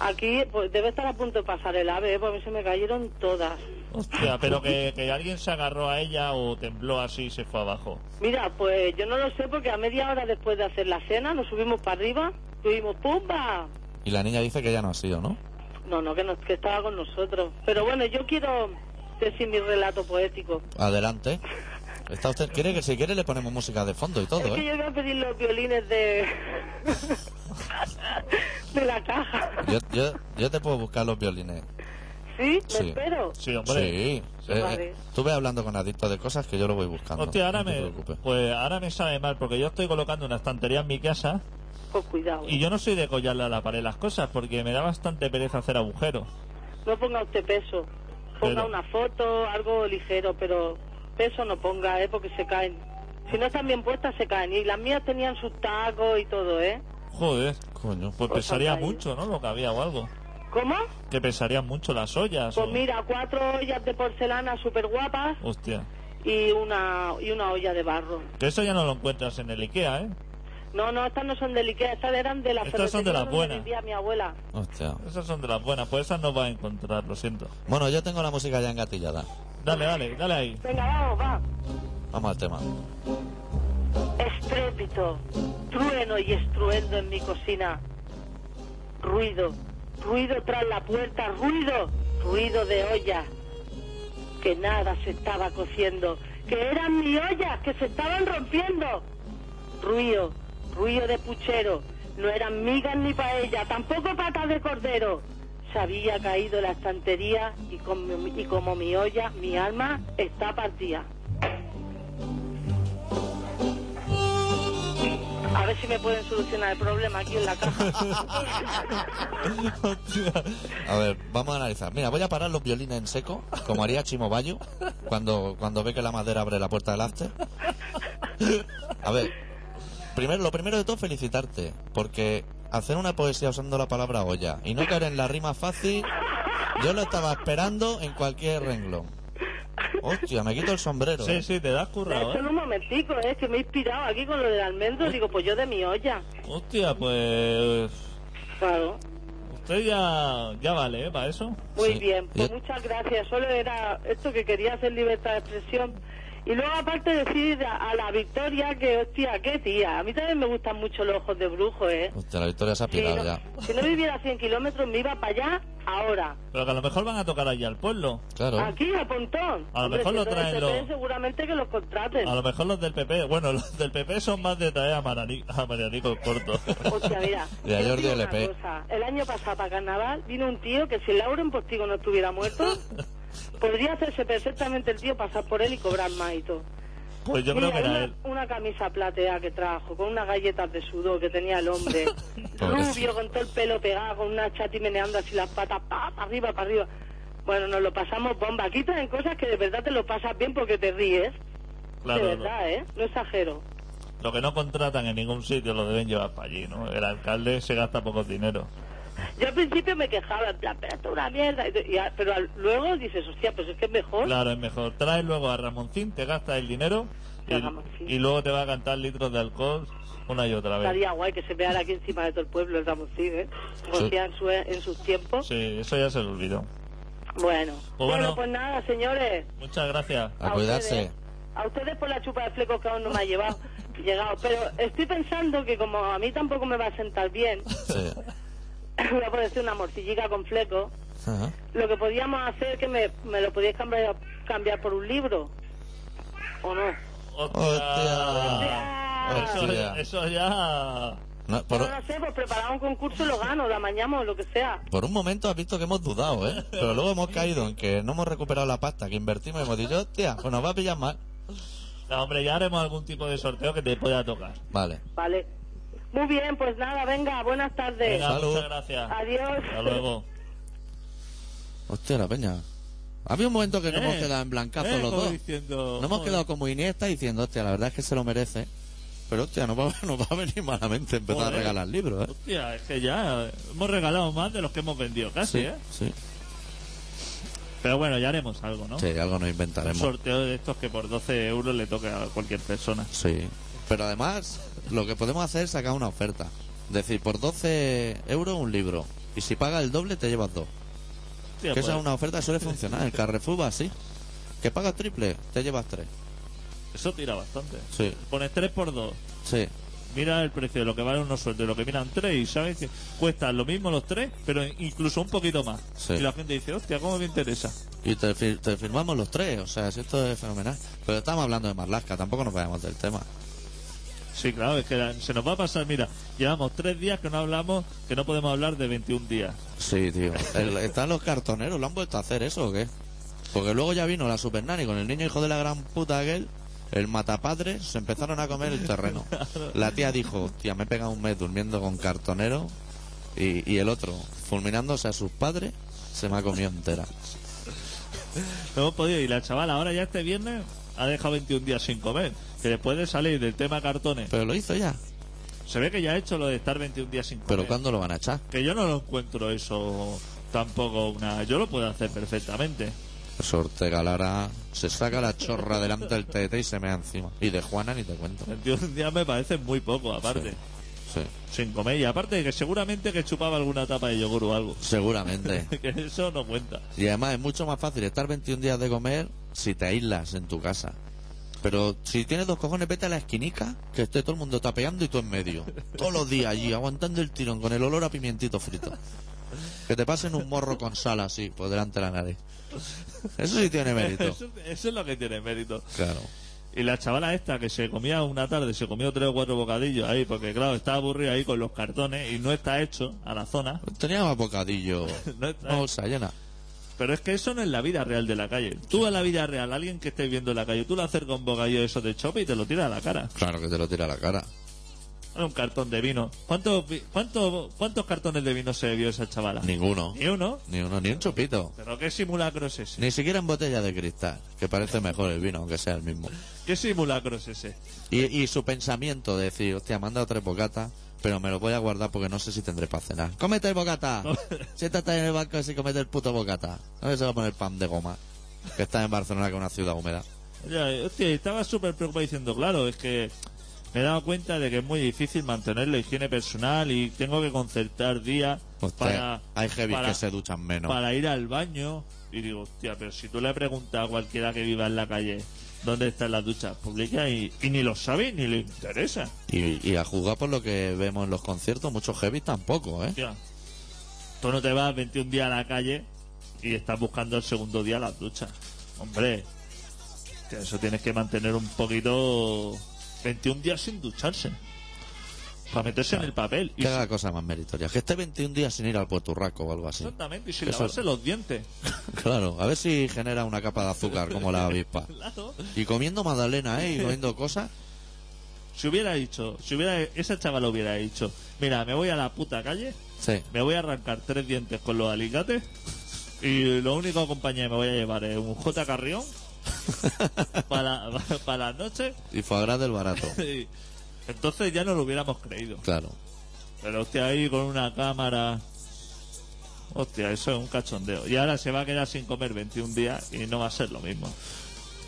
Speaker 5: Aquí pues, debe estar a punto de pasar el ave, ¿eh? porque a mí se me cayeron todas.
Speaker 2: Hostia, pero que, que alguien se agarró a ella o tembló así y se fue abajo.
Speaker 5: Mira, pues yo no lo sé porque a media hora después de hacer la cena nos subimos para arriba, tuvimos ¡pumba!
Speaker 1: Y la niña dice que ya no ha sido, ¿no?
Speaker 5: No, no, que, nos, que estaba con nosotros. Pero bueno, yo quiero decir mi relato poético.
Speaker 1: Adelante. Está usted quiere que si quiere le ponemos música de fondo y
Speaker 5: Es
Speaker 1: todo,
Speaker 5: que
Speaker 1: ¿eh?
Speaker 5: yo iba a pedir los violines de. de la caja.
Speaker 1: Yo, yo, yo te puedo buscar los violines.
Speaker 5: ¿Sí? ¿Me
Speaker 1: Sí.
Speaker 5: espero?
Speaker 2: Sí, hombre.
Speaker 1: Sí. Eh,
Speaker 5: Vale.
Speaker 1: eh, tú ve hablando con Adicto de cosas que yo lo voy buscando.
Speaker 2: Hostia, ahora
Speaker 1: no te
Speaker 2: me,
Speaker 1: preocupes.
Speaker 2: pues ahora me sabe mal porque yo estoy colocando una estantería en mi casa
Speaker 5: Pues cuidado.
Speaker 2: y yo no soy de collarle a la pared las cosas porque me da bastante pereza hacer agujeros.
Speaker 5: ¿eh? No ponga usted peso. Ponga
Speaker 2: Pero-
Speaker 5: una foto, algo ligero, pero peso no ponga, ¿eh? Porque se caen. Si no están bien puestas, se caen. Y las mías tenían sus tacos y todo, ¿eh?
Speaker 2: Joder,
Speaker 1: Coño.
Speaker 2: pues
Speaker 5: Pues
Speaker 2: pesaría
Speaker 5: fatal.
Speaker 2: mucho, ¿no? Lo que había o algo.
Speaker 5: ¿Cómo?
Speaker 2: Que pesarían mucho las ollas.
Speaker 5: Pues
Speaker 2: o-
Speaker 5: mira, cuatro ollas de porcelana súper guapas
Speaker 2: Hostia.
Speaker 5: y una, y una olla de barro.
Speaker 2: Que eso ya no lo encuentras en el Ikea, ¿eh?
Speaker 5: No, no, estas no son de Ikea, estas eran de la
Speaker 2: Estas son de las
Speaker 5: donde
Speaker 2: buenas.
Speaker 5: vivía mi abuela.
Speaker 1: Hostia.
Speaker 2: Esas son de las buenas, pues esas no vas a encontrar, lo siento.
Speaker 1: Bueno, yo tengo la música ya engatillada.
Speaker 2: Dale, dale, dale ahí.
Speaker 5: Venga, vamos, va.
Speaker 1: Vamos al tema.
Speaker 5: Estrépito, trueno y estruendo en mi cocina. Ruido, ruido tras la puerta, ruido, ruido de olla. Que nada se estaba cociendo, que eran mi ollas que se estaban rompiendo. Ruido, ruido de puchero, no eran migas ni paella, tampoco patas de cordero. Se había caído la estantería y, como- y como mi olla, mi alma está partida. A ver si me pueden solucionar el problema aquí en la caja.
Speaker 2: Hostia.
Speaker 1: A ver, vamos a analizar. Mira, voy a parar los violines en seco, como haría Chimo Bayo, cuando, cuando ve que la madera abre la puerta del after. A ver, primero, lo primero de todo, felicitarte, porque hacer una poesía usando la palabra olla y no caer en la rima fácil, yo lo estaba esperando en cualquier renglón. Hostia, me quito el sombrero.
Speaker 2: Sí,
Speaker 1: ¿eh?
Speaker 2: sí, te das currado, ¿eh?
Speaker 5: Solo un momentico, es que me he inspirado aquí con lo del almendro. Digo, pues yo de mi olla.
Speaker 2: Hostia, pues...
Speaker 5: Claro.
Speaker 2: Usted ya, ya vale, ¿eh? Para eso.
Speaker 5: Muy
Speaker 1: Sí.
Speaker 5: bien, pues
Speaker 1: Yo-
Speaker 5: muchas gracias. Solo era esto que quería hacer libertad de expresión. Y luego, aparte, decir a, a la Victoria que, hostia, qué tía. A mí también me gustan mucho los ojos de brujo, ¿eh?
Speaker 1: Hostia, la victoria se ha
Speaker 5: Si
Speaker 1: pirado
Speaker 5: no,
Speaker 1: ya.
Speaker 5: si no viviera a 100 kilómetros, me iba para allá ahora.
Speaker 2: Pero que a lo mejor van a tocar allá al pueblo.
Speaker 1: Claro.
Speaker 5: Aquí, a Pontón.
Speaker 2: A lo
Speaker 5: Hombre,
Speaker 2: mejor
Speaker 5: si
Speaker 2: lo
Speaker 5: son
Speaker 2: traen
Speaker 5: STP,
Speaker 2: los-
Speaker 5: Seguramente que los contraten.
Speaker 2: A lo mejor los del PP. Bueno, los del PP son más de traer a, Marani, a Marianico corto.
Speaker 5: Hostia, mira.
Speaker 1: De
Speaker 5: yo
Speaker 1: ayer
Speaker 5: digo
Speaker 1: de
Speaker 5: una
Speaker 1: LP.
Speaker 5: cosa. El año pasado para carnaval vino un tío que si Lauren Postigo no estuviera muerto, podría hacerse perfectamente el tío pasar por él y cobrar más y todo.
Speaker 2: Pues yo creo
Speaker 5: Mira,
Speaker 2: que era
Speaker 5: una,
Speaker 2: él.
Speaker 5: una camisa plateada que trajo, con unas galletas de sudor que tenía el hombre,
Speaker 1: Pobrecito.
Speaker 5: rubio, con todo el pelo pegado, con una chati meneando así las patas, pa, pa' arriba, para arriba. Bueno, nos lo pasamos bomba. Aquí traen cosas que de verdad te lo pasas bien porque te ríes.
Speaker 2: Claro,
Speaker 5: de
Speaker 2: lo-
Speaker 5: verdad, ¿eh? No exagero.
Speaker 2: Lo que no contratan en ningún sitio lo deben llevar para allí, ¿no? El alcalde se gasta pocos dinero.
Speaker 5: Yo al principio me quejaba, en plan, pero esto es una mierda. y- y a- pero al- luego dices, hostia, pues es que es mejor.
Speaker 2: Claro, es mejor. Trae luego a Ramoncín, te gastas el dinero
Speaker 5: Ya, Ramoncín.
Speaker 2: y, y luego te va a cantar litros de alcohol una y otra vez.
Speaker 5: Estaría guay que se veara aquí encima de todo el pueblo el Ramoncín, ¿eh? Como
Speaker 1: Sí.
Speaker 5: hacía en, su- en sus tiempos.
Speaker 2: Sí, eso ya se lo olvidó.
Speaker 5: Bueno.
Speaker 2: Pues bueno.
Speaker 5: bueno, pues nada, señores.
Speaker 2: Muchas gracias.
Speaker 1: A cuidarse.
Speaker 5: Ustedes, a ustedes por la chupa de flecos que aún no me ha llevado, llegado. Pero estoy pensando que como a mí tampoco me va a sentar bien,
Speaker 1: Sí.
Speaker 5: voy a poder hacer una morcillica con flecos,
Speaker 1: Ajá.
Speaker 5: lo que podíamos hacer es que me, me lo podíais cambiar, cambiar por un libro. ¿O no?
Speaker 1: Hostia.
Speaker 2: Eso,
Speaker 1: Hostia.
Speaker 2: eso ya...
Speaker 1: No, por,
Speaker 5: No, no sé, pues preparar un concurso lo gano, lo amañamos, lo que sea.
Speaker 1: por un momento has visto que hemos dudado, ¿eh? Pero luego hemos caído en que no hemos recuperado la pasta que invertimos y hemos dicho, hostia, pues nos va a pillar mal.
Speaker 2: No, hombre, ya haremos algún tipo de sorteo que te pueda tocar.
Speaker 1: Vale.
Speaker 5: Vale. Muy bien, pues nada, venga, buenas tardes.
Speaker 2: Venga,
Speaker 1: Salud.
Speaker 2: muchas gracias.
Speaker 5: Adiós.
Speaker 2: Hasta luego.
Speaker 1: Hostia, la peña. Había un momento que no
Speaker 2: Eh,
Speaker 1: hemos quedado en blancazo
Speaker 2: eh,
Speaker 1: los
Speaker 2: como
Speaker 1: dos.
Speaker 2: diciendo,
Speaker 1: no hemos
Speaker 2: joder.
Speaker 1: quedado como Iniesta diciendo, hostia, la verdad es que se lo merece. Pero hostia, no va, no va a venir malamente empezar
Speaker 2: Joder.
Speaker 1: a regalar libros, ¿eh?
Speaker 2: Hostia, es que ya hemos regalado más de los que hemos vendido, casi, ¿eh?
Speaker 1: sí.
Speaker 2: Pero bueno, ya haremos algo, ¿no?
Speaker 1: Sí, algo nos
Speaker 2: Un
Speaker 1: inventaremos.
Speaker 2: sorteo de estos que por 12 euros le toca a cualquier persona.
Speaker 1: Sí. Pero además, lo que podemos hacer es sacar una oferta. Es decir, por 12 euros un libro. Y si paga el doble, te llevas dos.
Speaker 2: Hostia,
Speaker 1: que
Speaker 2: pues,
Speaker 1: esa es una oferta que suele funcionar. El Carrefour va así. Que paga triple, te llevas tres.
Speaker 2: Eso tira bastante.
Speaker 1: Sí.
Speaker 2: Pones 3 por 2.
Speaker 1: Sí.
Speaker 2: Mira el precio de lo que vale unos sueldos y lo que miran tres y sabes que cuestan lo mismo los tres, pero incluso un poquito más.
Speaker 1: Sí.
Speaker 2: Y la gente dice, hostia, ¿cómo me interesa?
Speaker 1: Y te, fi- te firmamos los tres. O sea, si esto es fenomenal. Pero estamos hablando de Marlaska, tampoco nos vayamos del tema.
Speaker 2: Sí, claro, es que la- se nos va a pasar, mira, llevamos tres días que no hablamos, que no podemos hablar de 21 días.
Speaker 1: Sí, tío. El- están los cartoneros, ¿lo han vuelto a hacer eso o qué? Porque luego ya vino la Super Nani con el niño hijo de la gran puta aquel, el matapadre, se empezaron a comer el terreno. La tía dijo, hostia, me he pegado un mes durmiendo con cartonero y, y el otro, fulminándose a sus padres, se me ha comido entera.
Speaker 2: No hemos podido, y la chavala ahora ya este viernes ha dejado 21 días sin comer, que después de salir del tema cartones,
Speaker 1: Pero lo hizo ya.
Speaker 2: se ve que ya ha hecho lo de estar 21 días sin comer.
Speaker 1: ¿Pero cuándo lo van a echar?
Speaker 2: Que yo no lo encuentro eso tampoco una... Yo lo puedo hacer perfectamente.
Speaker 1: Pues Ortega Lara se saca la chorra delante del tete y se mea encima. Y de Juana ni te cuento.
Speaker 2: 21 días me parece muy poco, aparte.
Speaker 1: Sí,
Speaker 2: Sin comer. Y aparte de que seguramente que chupaba alguna tapa de yogur o algo.
Speaker 1: seguramente.
Speaker 2: que eso no cuenta.
Speaker 1: Y además es mucho más fácil estar 21 días de comer si te aíslas en tu casa. Pero si tienes dos cojones, vete a la esquinica, que esté todo el mundo tapeando y tú en medio. Todos los días allí, aguantando el tirón con el olor a pimientito frito. Que te pasen un morro con sal así, por delante de la nariz. Eso sí tiene mérito.
Speaker 2: Eso, eso es lo que tiene mérito.
Speaker 1: Claro.
Speaker 2: Y la chavala esta que se comía una tarde, se comió tres o cuatro bocadillos ahí, porque claro, estaba aburrida ahí con los cartones y no está hecho a la zona.
Speaker 1: Tenía más bocadillo.
Speaker 2: No está
Speaker 1: Una bolsa llena.
Speaker 2: Pero es que eso no es la vida real de la calle. Tú a la vida real, alguien que estés viendo en la calle, tú le acercas un bocadillo de eso de chope y te lo tira a la cara.
Speaker 1: Claro que te lo tira a la cara.
Speaker 2: Un cartón de vino. ¿Cuántos, vi- cuántos, cuántos cartones de vino se bebió esa chavala?
Speaker 1: Ninguno.
Speaker 2: Ni uno.
Speaker 1: Ni uno, ni un chupito.
Speaker 2: Pero qué simulacro es ese.
Speaker 1: Ni siquiera en botella de cristal, que parece mejor el vino, aunque sea el mismo.
Speaker 2: ¿Qué simulacro es ese?
Speaker 1: Y, y su pensamiento de decir, hostia, me han dado tres bocatas, pero me los voy a guardar porque no sé si tendré para cenar. ¡Cómete el bocata! Siéntate ahí en el banco así y comete el puto bocata. A ver se va a poner pan de goma. Que está en Barcelona, que es una ciudad húmeda.
Speaker 2: Ya, eh, hostia, estaba súper preocupado diciendo, claro, es que me he dado cuenta de que es muy difícil mantener la higiene personal y tengo que concertar días
Speaker 1: Usted-
Speaker 2: para-
Speaker 1: hay heavy
Speaker 2: para-
Speaker 1: que se duchan menos.
Speaker 2: para ir al baño. Y digo, hostia, pero si tú le preguntas a cualquiera que viva en la calle dónde están las duchas públicas y, y ni lo sabe ni le interesa.
Speaker 1: Y, y a juzgar por lo que vemos en los conciertos, muchos heavy tampoco, ¿eh?
Speaker 2: Hostia, tú no te vas 21 días a la calle y estás buscando el segundo día las duchas. Hombre, que eso tienes que mantener un poquito 21 días sin ducharse. Para meterse en el papel. Y
Speaker 1: Que haga cosa más meritoria. Que esté 21 días sin ir al puerturraco o algo así.
Speaker 2: Exactamente, y sin
Speaker 1: Eso-
Speaker 2: lavarse los dientes.
Speaker 1: Claro, a ver si genera una capa de azúcar como la avispa.
Speaker 2: Claro.
Speaker 1: Y comiendo magdalena, ¿eh? Y comiendo cosas.
Speaker 2: Si hubiera dicho, si hubiera, esa chaval hubiera dicho, mira, me voy a la puta calle,
Speaker 1: Sí.
Speaker 2: me voy a arrancar tres dientes con los alicates y lo único compañía que me voy a llevar es un J Carrión para, para la noche.
Speaker 1: Y foie gras del barato.
Speaker 2: Y entonces ya no lo hubiéramos creído.
Speaker 1: Claro.
Speaker 2: Pero hostia, ahí con una cámara. Hostia, eso es un cachondeo. Y ahora se va a quedar sin comer 21 días y no va a ser lo mismo.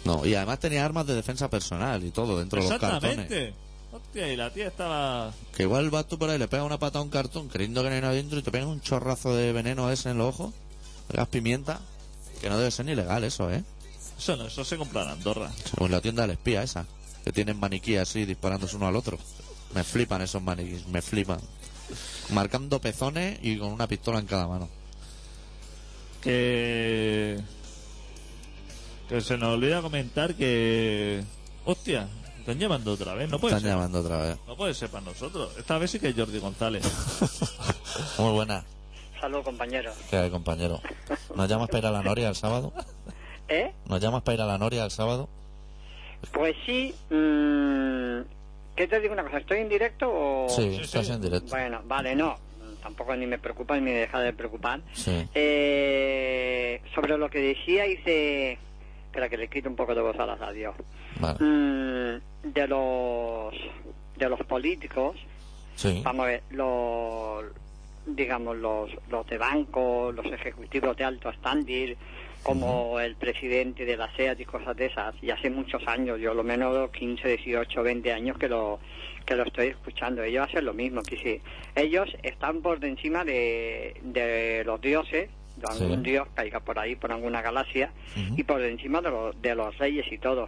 Speaker 1: No, y además tenía armas de defensa personal y todo dentro de los cartones.
Speaker 2: Exactamente. Hostia, y la tía estaba.
Speaker 1: Que igual vas tú por ahí, le pegas una pata a un cartón creyendo que no hay nada dentro y te pegas un chorrazo de veneno ese en los ojos. Le das pimienta. Que no debe ser ni legal eso, ¿eh?
Speaker 2: Eso no, eso se compra en Andorra.
Speaker 1: O en Pues la tienda del espía esa. Que tienen maniquí así disparándose uno al otro. Me flipan esos maniquís, me flipan. Marcando pezones y con una pistola en cada mano.
Speaker 2: Que. Que se nos olvida comentar que. Hostia, están llamando otra vez, no puede
Speaker 1: Están
Speaker 2: ser.
Speaker 1: llamando otra vez.
Speaker 2: No puede ser para nosotros. Esta vez sí que es Jordi González.
Speaker 1: Muy buena.
Speaker 3: Saludos, compañeros.
Speaker 1: ¿Qué hay, compañero? ¿Nos llamas para ir a la Noria el sábado?
Speaker 3: ¿Eh?
Speaker 1: ¿Nos llamas para ir a la Noria el sábado?
Speaker 3: Pues sí. mm, ¿Qué te digo una cosa? ¿Estoy en directo o.?
Speaker 1: Sí, estás en directo.
Speaker 3: Bueno, vale, no. Tampoco ni me preocupa ni me deja de preocupar.
Speaker 1: Sí.
Speaker 3: Eh, sobre lo que decía, hice. Espera, que le quito un poco de voz a las radio.
Speaker 1: Vale.
Speaker 3: Mm, de los. De los políticos.
Speaker 1: Sí.
Speaker 3: Vamos a ver, los, digamos, los, los de banco, los ejecutivos de alto standing, como el presidente de la SEAT y cosas de esas, y hace muchos años, yo lo menos 15, 18, 20 años que lo, que lo estoy escuchando. Ellos hacen lo mismo, que sí. Ellos están por de encima de, de los dioses, de
Speaker 1: Sí.
Speaker 3: algún dios caiga por ahí, por alguna galaxia,
Speaker 1: Ujú.
Speaker 3: y por de encima de, los de los reyes y todo.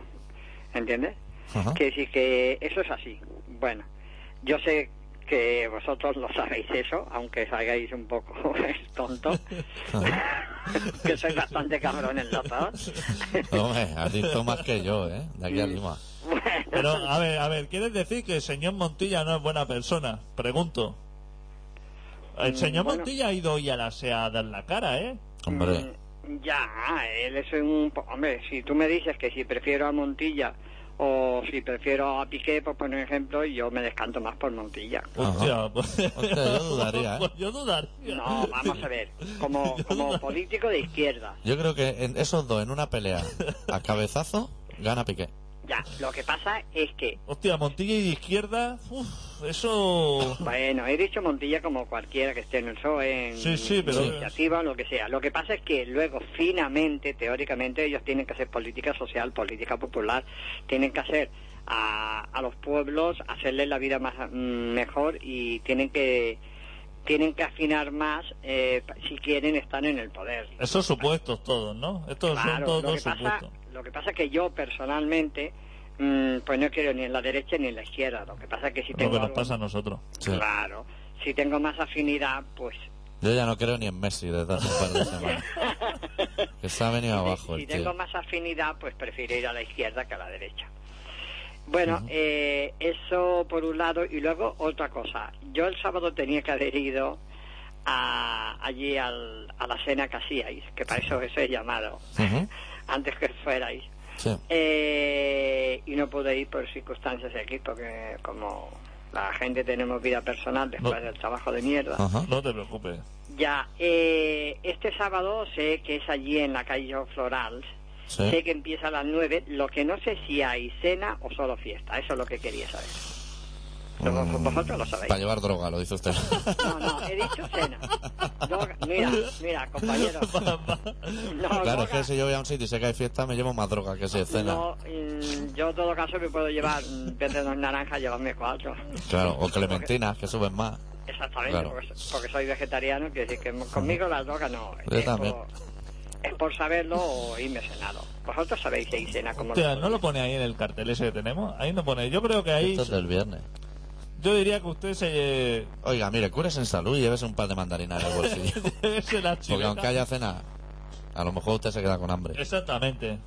Speaker 3: ¿Entiendes?
Speaker 1: Ajá.
Speaker 3: Que sí, que eso es así. Bueno, yo sé que vosotros lo sabéis eso, aunque salgáis un poco tonto, que sois bastante cabrones los dos.
Speaker 1: Hombre, has dicho más que yo, ¿eh? De aquí a Lima.
Speaker 2: Pero, a ver, a ver, ¿quieres decir que el señor Montilla no es buena persona? Pregunto. El
Speaker 3: Mm,
Speaker 2: señor
Speaker 3: bueno.
Speaker 2: Montilla ha ido hoy a la SEA a dar la cara, ¿eh?
Speaker 1: Hombre,
Speaker 3: Mm, Ya, él es un... po- Hombre, si tú me dices que si prefiero a Montilla o si prefiero a Piqué, por poner un ejemplo, yo me descanto más por Montilla.
Speaker 2: Hostia, pues-
Speaker 1: Hostia, yo dudaría, ¿eh?
Speaker 2: Pues yo dudaría.
Speaker 3: No, vamos a ver, como, como político de izquierda.
Speaker 1: yo creo que en esos dos en una pelea a cabezazo gana Piqué.
Speaker 3: Ya, lo que pasa es que
Speaker 2: Hostia, Montilla y de izquierda, uf, eso...
Speaker 3: Bueno, he dicho Montilla como cualquiera que esté en el PSOE, E, en
Speaker 2: Sí, sí, pero-
Speaker 3: iniciativa, lo que sea. Lo que pasa es que luego, finamente, teóricamente, ellos tienen que hacer política social, política popular, tienen que hacer a, a los pueblos, hacerles la vida más mm, mejor y tienen que tienen que afinar más eh, pa- si quieren estar en el poder.
Speaker 2: Esos supuestos todos, ¿no? Estos son
Speaker 3: Claro,
Speaker 2: todos
Speaker 3: lo, que pasa,
Speaker 2: supuestos.
Speaker 3: lo que pasa es que yo personalmente, mm, pues no quiero ni en la derecha ni en la izquierda. Lo que pasa es que si
Speaker 2: Lo
Speaker 3: tengo
Speaker 2: que nos
Speaker 3: algo-
Speaker 2: pasa a nosotros.
Speaker 1: Sí.
Speaker 3: Claro. Si tengo más afinidad, pues...
Speaker 1: Yo ya no creo ni en Messi desde hace un par de semanas. Que se ha venido abajo
Speaker 3: si
Speaker 1: el
Speaker 3: tengo
Speaker 1: tío.
Speaker 3: más afinidad, pues prefiero ir a la izquierda que a la derecha. Bueno, eh, eso por un lado. Y luego otra cosa. Yo el sábado tenía que haber ido a, allí al- a la cena que hacíais, que para eso os he llamado,
Speaker 1: Ujú.
Speaker 3: antes que fuerais.
Speaker 1: Sí.
Speaker 3: Eh, y no pude ir por circunstancias de aquí, porque como la gente tenemos vida personal después del trabajo de mierda.
Speaker 1: Ajá.
Speaker 2: No te preocupes.
Speaker 3: Ya, eh, este sábado sé que es allí en la calle Floral. Sé
Speaker 1: Sí.
Speaker 3: que empieza a las 9, lo que no sé si hay cena o solo fiesta. Eso es lo que quería saber. Luego,
Speaker 1: Mm,
Speaker 3: Vosotros lo sabéis.
Speaker 1: Para llevar droga, lo dice usted.
Speaker 3: No, no, he dicho cena. Droga- mira, mira, compañero. No,
Speaker 1: Claro,
Speaker 3: droga-
Speaker 1: es que si yo voy a un sitio y sé que hay fiesta, me llevo más droga que si cena.
Speaker 3: no, mm, yo en todo caso me puedo llevar, mm, en vez de dos naranjas, llevarme cuatro.
Speaker 1: Claro, o clementinas, que suben más.
Speaker 3: Exactamente,
Speaker 1: Claro.
Speaker 3: porque, porque soy vegetariano, quiere decir que conmigo la droga no.
Speaker 1: Yo
Speaker 3: es
Speaker 1: también.
Speaker 3: Por, es por saberlo o irme cenado. Vosotros sabéis si hay cena como
Speaker 2: Hostia, no lo pone ahí en el cartel ese que tenemos. Ahí no pone. Yo creo que ahí.
Speaker 1: Esto es del viernes.
Speaker 2: Yo diría que usted se.
Speaker 1: Oiga, mire, cures en salud y llévese un par de mandarinas en el bolsillo.
Speaker 2: Llévese la
Speaker 1: Porque
Speaker 2: chuleta.
Speaker 1: aunque haya cena, a lo mejor usted se queda con hambre.
Speaker 2: Exactamente.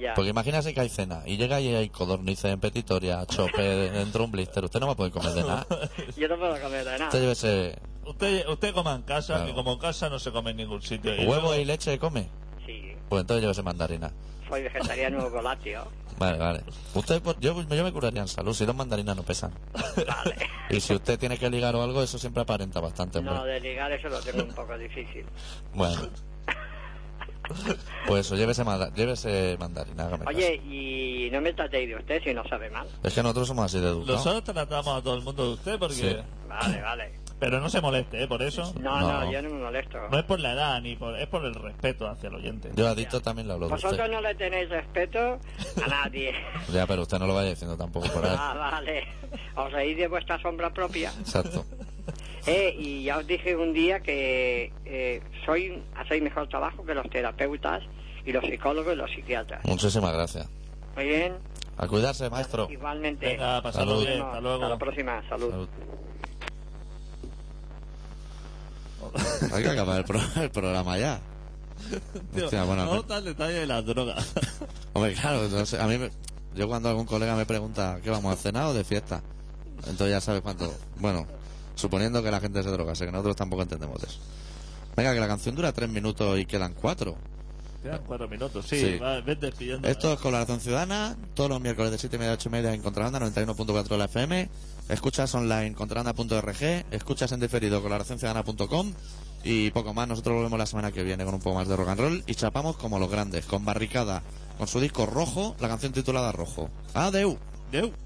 Speaker 3: Ya.
Speaker 1: Porque imagínese que hay cena y llega y hay codornices en petitoria, chope dentro de un blister. Usted no va a poder comer de nada.
Speaker 3: Yo no puedo comer de
Speaker 1: Usted
Speaker 3: nada.
Speaker 1: llévese
Speaker 2: Usted, usted coma en casa,
Speaker 1: Claro.
Speaker 2: que como en casa no se come en ningún sitio. Y
Speaker 1: huevo y leche, come.
Speaker 3: Sí,
Speaker 1: Pues entonces llévese mandarina.
Speaker 3: soy vegetariano o lácteo.
Speaker 1: Vale, vale. Usted, pues, yo, yo me curaría en salud si los mandarinas no pesan. Y si usted tiene que ligar o algo, eso siempre aparenta bastante.
Speaker 3: No,
Speaker 1: hombre.
Speaker 3: de ligar eso lo tengo un poco difícil.
Speaker 1: Bueno. Pues eso, llévese, manda- llévese mandarina, hágame caso.
Speaker 3: Oye, y no me tratéis de usted si no sabe mal.
Speaker 1: Es que nosotros somos así de educados.
Speaker 2: Nosotros tratamos a todo el mundo de usted porque.
Speaker 1: Sí.
Speaker 3: Vale, vale.
Speaker 2: Pero no se moleste, ¿eh? Por eso.
Speaker 3: No,
Speaker 1: No.
Speaker 3: no, yo no me molesto.
Speaker 2: No es por la edad, ni por, es por el respeto hacia el oyente.
Speaker 1: Yo adicto también le hablo de
Speaker 3: Vosotros
Speaker 1: usted.
Speaker 3: no le tenéis respeto a nadie.
Speaker 1: Ya, pero usted no lo vaya diciendo tampoco por ahí.
Speaker 3: Ah, vale. Os reís de vuestra sombra propia.
Speaker 1: Exacto.
Speaker 3: Eh, y ya os dije un día que eh, soy, hacéis mejor trabajo que los terapeutas y los psicólogos y los psiquiatras.
Speaker 1: Muchísimas gracias.
Speaker 3: Muy bien.
Speaker 1: A cuidarse, maestro.
Speaker 3: Igualmente.
Speaker 2: Venga, pasarlo
Speaker 1: Salud.
Speaker 2: bien.
Speaker 3: Bueno,
Speaker 2: Hasta luego.
Speaker 3: la próxima. Salud.
Speaker 1: Salud. Hay que acabar el, pro- el programa ya.
Speaker 2: Tío,
Speaker 1: Hostia, bueno,
Speaker 2: no tan detalle de las drogas.
Speaker 1: Hombre, claro, no sé, a mí me- yo cuando algún colega me pregunta qué vamos a cenar o de fiesta, entonces ya sabes cuánto. Bueno, suponiendo que la gente se droga, sé que nosotros tampoco entendemos de eso. Venga, que la canción dura tres minutos y quedan cuatro.
Speaker 2: Quedan cuatro minutos, sí.
Speaker 1: Sí.
Speaker 2: Va, vete despidiendo.
Speaker 1: Esto es Colaboración Ciudadana, todos los miércoles de 7 y media a 8 y media en Contrabanda 91.4 de la FM. Escuchas online contrabanda.org, escuchas en deferido colaboracionciudadana.com y poco más. Nosotros volvemos la semana que viene con un poco más de rock and roll y chapamos como los grandes, con Barricada, con su disco Rojo, la canción titulada Rojo. Adeu.
Speaker 2: Deu.